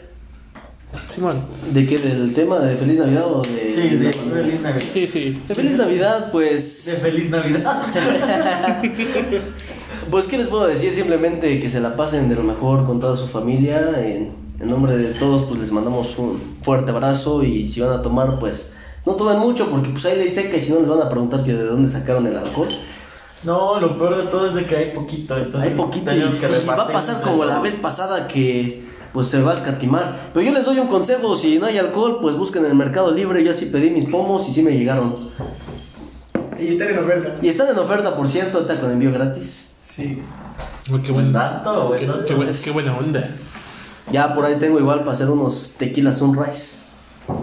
S1: Simón.
S4: ¿De qué? ¿Del tema de Feliz Navidad o de.?
S2: Sí, de
S4: de
S2: feliz Navidad.
S1: Sí, sí.
S4: de Feliz Navidad, pues.
S2: De feliz Navidad.
S4: Pues, ¿qué les puedo decir? Simplemente que se la pasen de lo mejor con toda su familia. En, en nombre de todos, pues les mandamos un fuerte abrazo. Y si van a tomar, pues no tomen mucho, porque pues ahí ley seca. Y si no, les van a preguntar que de dónde sacaron el alcohol.
S2: No, lo peor de todo es de que hay poquito. Entonces
S4: Hay poquito. Y,
S2: tenemos que
S4: y va a
S2: repartir.
S4: pasar como la vez pasada que pues se va a escatimar. Pero yo les doy un consejo: si no hay alcohol, pues busquen en el mercado libre. Yo así pedí mis pomos y sí me llegaron.
S3: y están en oferta.
S4: Y están en oferta, por cierto, ahorita con envío gratis.
S3: Sí.
S1: Uy, qué buen-
S2: Dato,
S1: qué-
S2: bueno.
S1: qué buen- qué buena onda.
S4: Ya por ahí tengo igual para hacer unos tequila sunrise.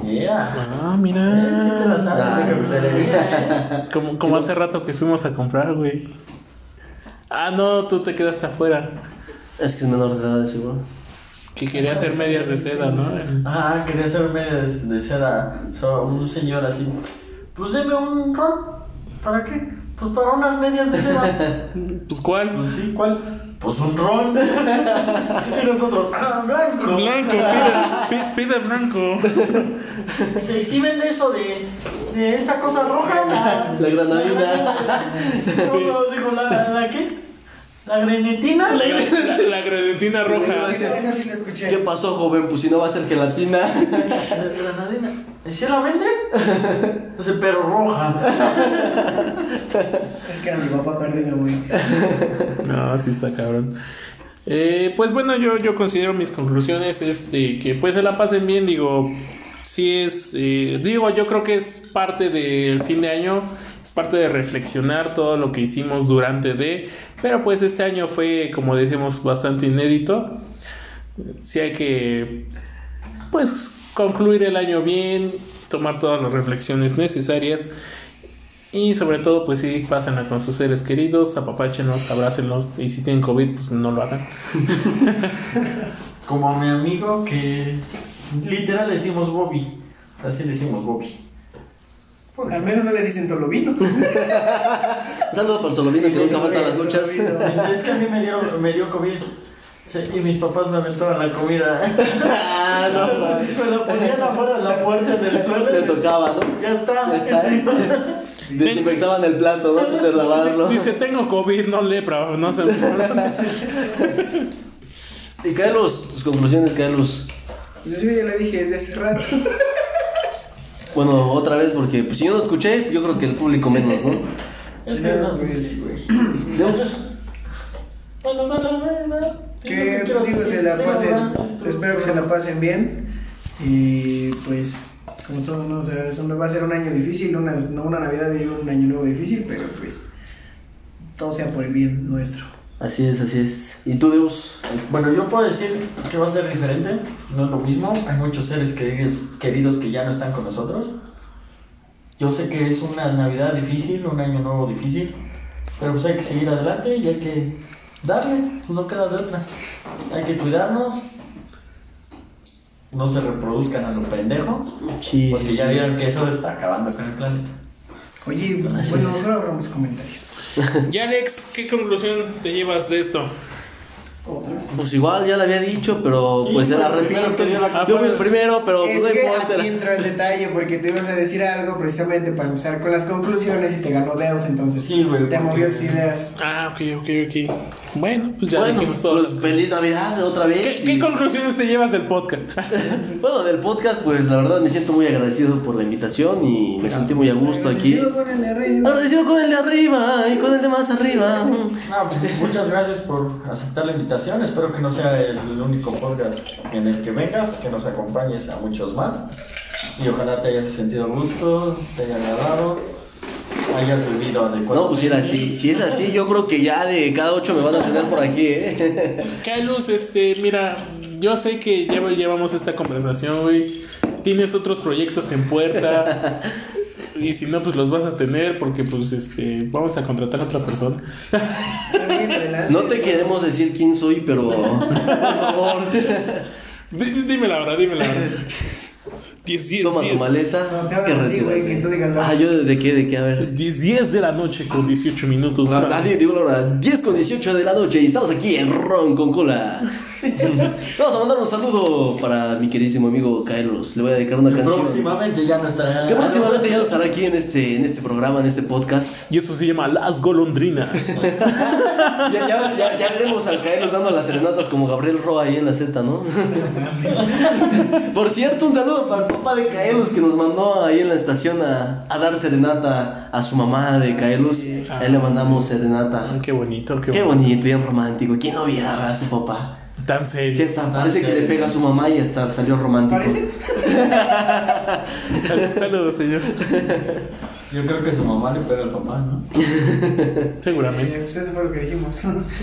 S2: Yeah.
S1: Ah,
S2: Eh, sí te
S1: mira.
S2: la sabes de
S4: pues,
S2: carnicería, eh.
S1: Como, como hace rato que fuimos a comprar, güey. Ah, no, tú te quedaste afuera.
S4: Es que es menor de edad, de seguro.
S1: Que quería hacer medias de seda, ¿no? El-
S2: Ah, quería hacerme des- desear a so- un señor así. Pues deme un ron. ¿Para qué? Pues para unas medias de seda.
S1: Pues cuál?
S2: pues sí, ¿cuál? Pues un ron. y nosotros, ah, blanco.
S1: Blanco, pide, pide, pide blanco.
S2: Sí, sí vende eso de, de esa cosa roja. La,
S4: La granadina.
S2: No, no, dijo, ¿la, ¿la qué? ¿La grenetina?
S1: La, la grenetina roja.
S3: Sí, Esa sí la escuché.
S4: ¿Qué pasó, joven? Pues si no va a ser gelatina.
S2: La granadina. ¿Sí la vende? Ese pero roja.
S3: Es que era mi papá perdido, güey.
S1: No, sí está cabrón. Eh, pues bueno, yo, yo considero mis conclusiones este, que pues se la pasen bien, digo, sí es, eh, digo, yo creo que es parte del fin de año, es parte de reflexionar todo lo que hicimos durante de, pero pues este año fue, como decimos, bastante inédito, sí hay que, pues, concluir el año bien, tomar todas las reflexiones necesarias y sobre todo, pues sí, pásenla con sus seres queridos, apapáchenos, abrácenlos y si tienen COVID, pues no lo hagan.
S2: Como a mi amigo que literal le decimos Bobby. Así le decimos Bobby.
S3: Al menos no le dicen solo vino.
S4: Un saludo para el Solovino que nunca faltan las luchas.
S2: Es que a mí me, dieron, me dio COVID. Sí, y mis papás me aventaron la comida.
S4: Ah, no.
S2: me la ponían afuera de la puerta del suelo.
S4: Te tocaba, ¿no?
S2: Ya está.
S4: Ya está.
S2: Ah, Sí.
S4: Desinfectaban el plato, ¿no? Antes de lavarlo.
S1: Dice, tengo COVID, no lepra, no se
S4: Y Carlos, tus conclusiones, Carlos.
S3: Yo sí, ya le dije desde hace rato.
S4: Bueno, otra vez, porque pues, si yo no escuché, yo creo que el público menos, ¿no?
S2: Es que no.
S3: Pues, güey.
S4: Zeus,
S2: Bueno, bueno, bueno.
S3: Que
S2: Yo no quiero
S3: digo, se la
S2: decir,
S3: pasen.
S2: pero, esto-
S3: Espero que se la pasen bien. Y pues, como todo, ¿no? O sea, eso no va a ser un año difícil, una, no una Navidad y un año nuevo difícil, pero pues, todo sea por el bien nuestro.
S4: Así es, así es. ¿Y tú, Deus?
S2: Bueno, yo puedo decir que va a ser diferente, no es lo mismo. Hay muchos seres queridos, queridos que ya no están con nosotros. Yo sé que es una Navidad difícil, un año nuevo difícil, pero pues hay que seguir adelante y hay que darle, pues no queda de otra. Hay que cuidarnos, no se reproduzcan a los pendejos,
S4: Sí,
S2: porque ya vieron que eso está acabando con el planeta.
S3: Oye,
S4: Así
S3: bueno,
S4: es.
S3: ahora abramos comentarios.
S1: Y Alex, ¿qué conclusión te llevas de esto?
S4: Pues igual, ya lo había dicho, pero
S2: Sí,
S4: pues se
S2: fue
S4: la
S2: el primero
S4: repito.
S2: que dio la-
S4: Yo fui el primero, pero pues,
S3: Es
S4: no
S3: que
S4: importa.
S3: aquí entra el detalle porque te ibas a decir algo precisamente para empezar con las conclusiones y te ganó Deus entonces.
S2: Sí, güey,
S3: Te
S2: porque-
S3: movió tus ideas.
S1: Ah, ok, ok, ok. Bueno, pues ya
S4: Bueno,
S1: dijimos todo.
S4: pues feliz Navidad otra vez.
S1: ¿Qué,
S4: y-
S1: qué conclusiones te llevas del podcast?
S4: Bueno, del podcast, pues la verdad me siento muy agradecido por la invitación y me sentí muy a gusto aquí.
S3: Sigo con el de arriba.
S4: Agradecido con el de arriba y con el de más arriba.
S2: No, pues muchas gracias por aceptar la invitación. Espero que no sea el único podcast en el que vengas, que nos acompañes a muchos más. Y ojalá te hayas sentido gusto, te haya agradado, hayas vivido adecuadamente.
S4: No, pues si era así. Si es así, yo creo que ya de cada ocho me van a tener por aquí, ¿eh?
S1: Carlos, este, mira, yo sé que ya llevamos esta conversación, güey. Tienes otros proyectos en puerta. Y si no, pues los vas a tener porque, pues, este, vamos a contratar a otra persona.
S3: También adelante.
S4: No te queremos decir quién soy, pero por favor,
S1: Di- di- Dime la verdad, dime la verdad. 10, 10,
S4: toma tu
S1: 10.
S4: maleta.
S3: No, te hablan
S4: que
S3: a ti, güey,
S4: retírate.
S3: que tú digas la-
S4: Ah, yo de qué, de qué, a ver.
S1: 10, 10 de la noche con 18 minutos.
S4: La- la- digo la hora 10 con 18 de la noche y estamos aquí en Ron con Cola. Vamos a mandar un saludo para mi queridísimo amigo Carlos. Le voy a dedicar una
S2: Que
S4: canción.
S2: próximamente ya no estará.
S4: Que próximamente ya estará aquí en este, en este programa, en este podcast.
S1: Y eso se llama Las Golondrinas.
S4: Ya, ya, ya, ya veremos al caernos dando las serenatas como Gabriel Roa ahí en la Z, ¿no? Por cierto, un saludo para el papá de Caelos que nos mandó ahí en la estación a, a dar serenata a su mamá de Caelos. Ahí le mandamos
S1: Ah,
S4: serenata.
S1: qué bonito, qué,
S4: Qué
S1: bonito.
S4: bonito, bien romántico. ¿Quién no viera a su papá?
S1: Tan
S4: Sí,
S1: serio.
S4: hasta parece que le pega a su mamá y hasta salió romántico.
S3: ¿Parece?
S1: Sal- Saludos, señor.
S2: Yo creo que su mamá le pega al papá, ¿no?
S1: Seguramente.
S3: Eh, pues Eso fue lo que dijimos.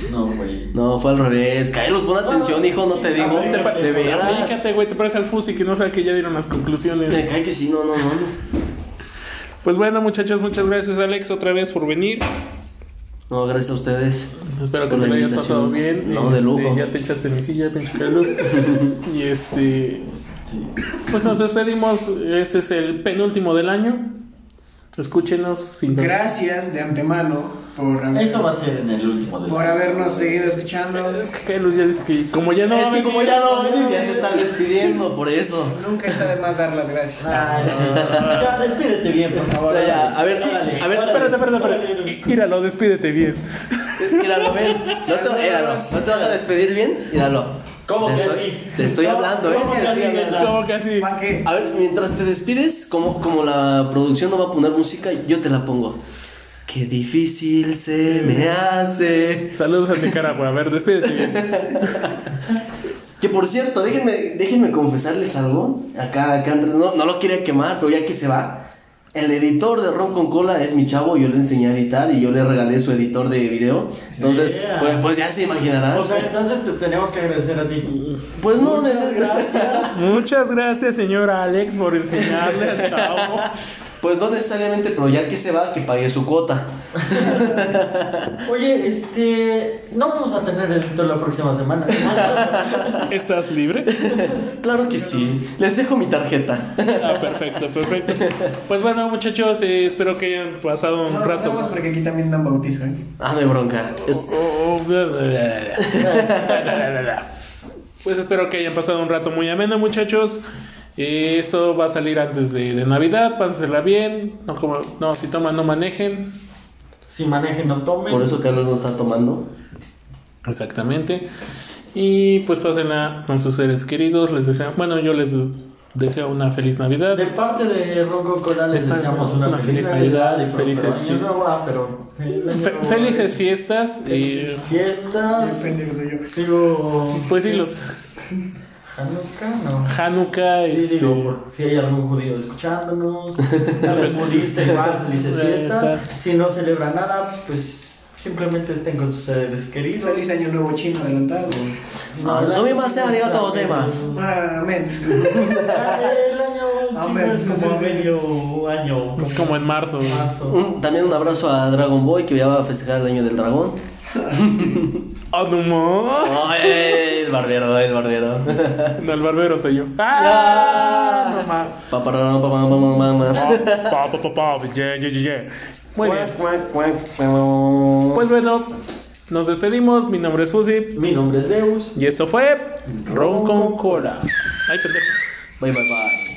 S2: No, güey.
S4: No, fue al revés. Caelos, pon atención, hijo, no te digo.
S2: ver,
S4: Te
S2: te-
S4: veras.
S1: Fíjate, güey, te parece al Fusi que no sabe que ya dieron las conclusiones.
S4: Me cae que sí, no, no, no.
S1: Pues bueno, muchachos, muchas gracias, Alex, otra vez por venir.
S4: No, gracias a ustedes.
S1: Espero que
S4: Por
S1: te
S4: la
S1: lo hayas
S4: invitación.
S1: pasado bien.
S4: No, de
S1: Este,
S4: lujo.
S1: Ya te echaste mi silla, pinche Carlos. y este. Pues nos despedimos. Este es el penúltimo del año. Escúchenos. sin-
S3: Gracias de antemano por, haber-
S2: Eso va a ser en el último de
S3: por habernos seguido escuchando.
S1: Es que Carlos ya dice que como ya no va
S4: es
S1: a
S4: que
S1: venir-
S4: como ya no venimos, ya se están despidiendo, por eso.
S3: Nunca está de más dar las gracias.
S1: Ah,
S2: Ay, sí. Ya, despídete bien, por favor.
S4: Ya, ya, a ver,
S2: Órale,
S4: a ver,
S2: órale,
S1: Espérate, espérate,
S2: órale.
S1: espérate. Míralo, despídete bien.
S4: Míralo, ven. No te, míralo, ¿no te vas a despedir bien? Míralo.
S2: ¿Cómo
S4: Te
S2: que
S4: estoy-
S2: así?
S4: Te estoy
S2: ¿Cómo-
S4: hablando, ¿eh?
S2: cómo que así, verdad?
S1: Como que así.
S3: ¿Para qué?
S4: A ver, mientras te despides, como, como la producción no va a poner música, yo te la pongo. Qué difícil se me hace.
S1: Saludos a Nicaragua. A ver, despídete bien.
S4: Que por cierto, déjenme, déjenme confesarles algo. Acá, acá Andrés, no, no lo quería quemar, pero ya que se va. El editor de Ron con Cola es mi chavo, yo le enseñé a editar y yo le regalé su editor de video. Entonces,
S2: Yeah.
S4: pues, pues ya se imaginarán.
S2: O sea, entonces te tenemos que agradecer a ti.
S4: pues no,
S2: Muchas
S4: neces-
S2: gracias.
S1: Muchas gracias, señora Alex, por enseñarle al chavo.
S4: pues no necesariamente, pero ya que se va, que pague su cuota.
S2: Oye, este. No vamos a tener editor la próxima semana.
S1: ¿Estás libre?
S4: Claro que sí. Les dejo mi tarjeta.
S1: Ah, perfecto, perfecto. Pues bueno, muchachos, eh, espero que hayan pasado un
S3: No,
S1: rato.
S3: pasamos porque aquí también dan bautizo, ¿eh?
S4: Ah, no hay bronca. Es-
S1: Oh, oh, bla, bla, bla, bla, bla, bla, bla. Pues espero que hayan pasado un rato muy ameno, muchachos. Eh, Esto va a salir antes de, de Navidad, pásensela bien. No, como, no, si toman, no manejen.
S2: Si manejen, no tomen.
S4: Por eso Carlos no está tomando.
S1: Exactamente. Y pues pásenla con sus seres queridos. Les deseo, bueno, yo les des- deseo una feliz Navidad.
S2: De parte de Ronco Cola les
S1: De parte
S2: deseamos
S1: de-
S2: una,
S1: una
S2: feliz,
S1: feliz
S2: Navidad,
S1: Navidad,
S2: y
S1: felices
S2: felices año
S1: fiestas.
S2: nuevo, ah, pero el año
S1: Fe-
S2: nuevo
S1: felices
S2: es-
S1: fiestas.
S2: felices
S1: Y, Ah,
S2: fiestas.
S3: Pendejo soy yo.
S2: Digo,
S1: pues sí, los
S2: Hanukkah, no.
S1: Hanukkah.
S2: Sí,
S1: este,
S2: digo, por- si hay algún judío escuchándonos, algún budista igual, felices
S1: Eh,
S2: fiestas.
S1: exacto.
S2: Si no celebran nada, pues simplemente estén con sus seres queridos.
S3: Feliz año nuevo chino adelantado.
S4: Ah,
S2: el año
S4: 飲みますよ、
S2: chino es a
S4: ありがとうございます。
S2: medio-
S3: Ah, Amén.
S2: El año chino
S3: Amén.
S2: es como a medio año.
S1: es como en marzo. güey.
S2: marzo.
S4: Un- también un abrazo a Dragon Boy que ya va a festejar el año del dragón.
S1: Ah, no, mo.
S4: ¡Ay, el barbero, el barbero!
S1: No, el barbero soy yo. ¡Ah! No ma.
S4: Paparón, papá, mamá, mamá.
S1: Pa, pa, pa, pa, pa, yeah, yeah, yeah, yeah. Muy bien.
S4: Cuac, cuac, cuac, cuac.
S1: Pues bueno, Nos despedimos. Mi nombre es Fusi.
S2: Mi nombre es Deus.
S1: Y esto fue Ron con Cola. Ay, pendejo.
S4: Bye, bye, bye.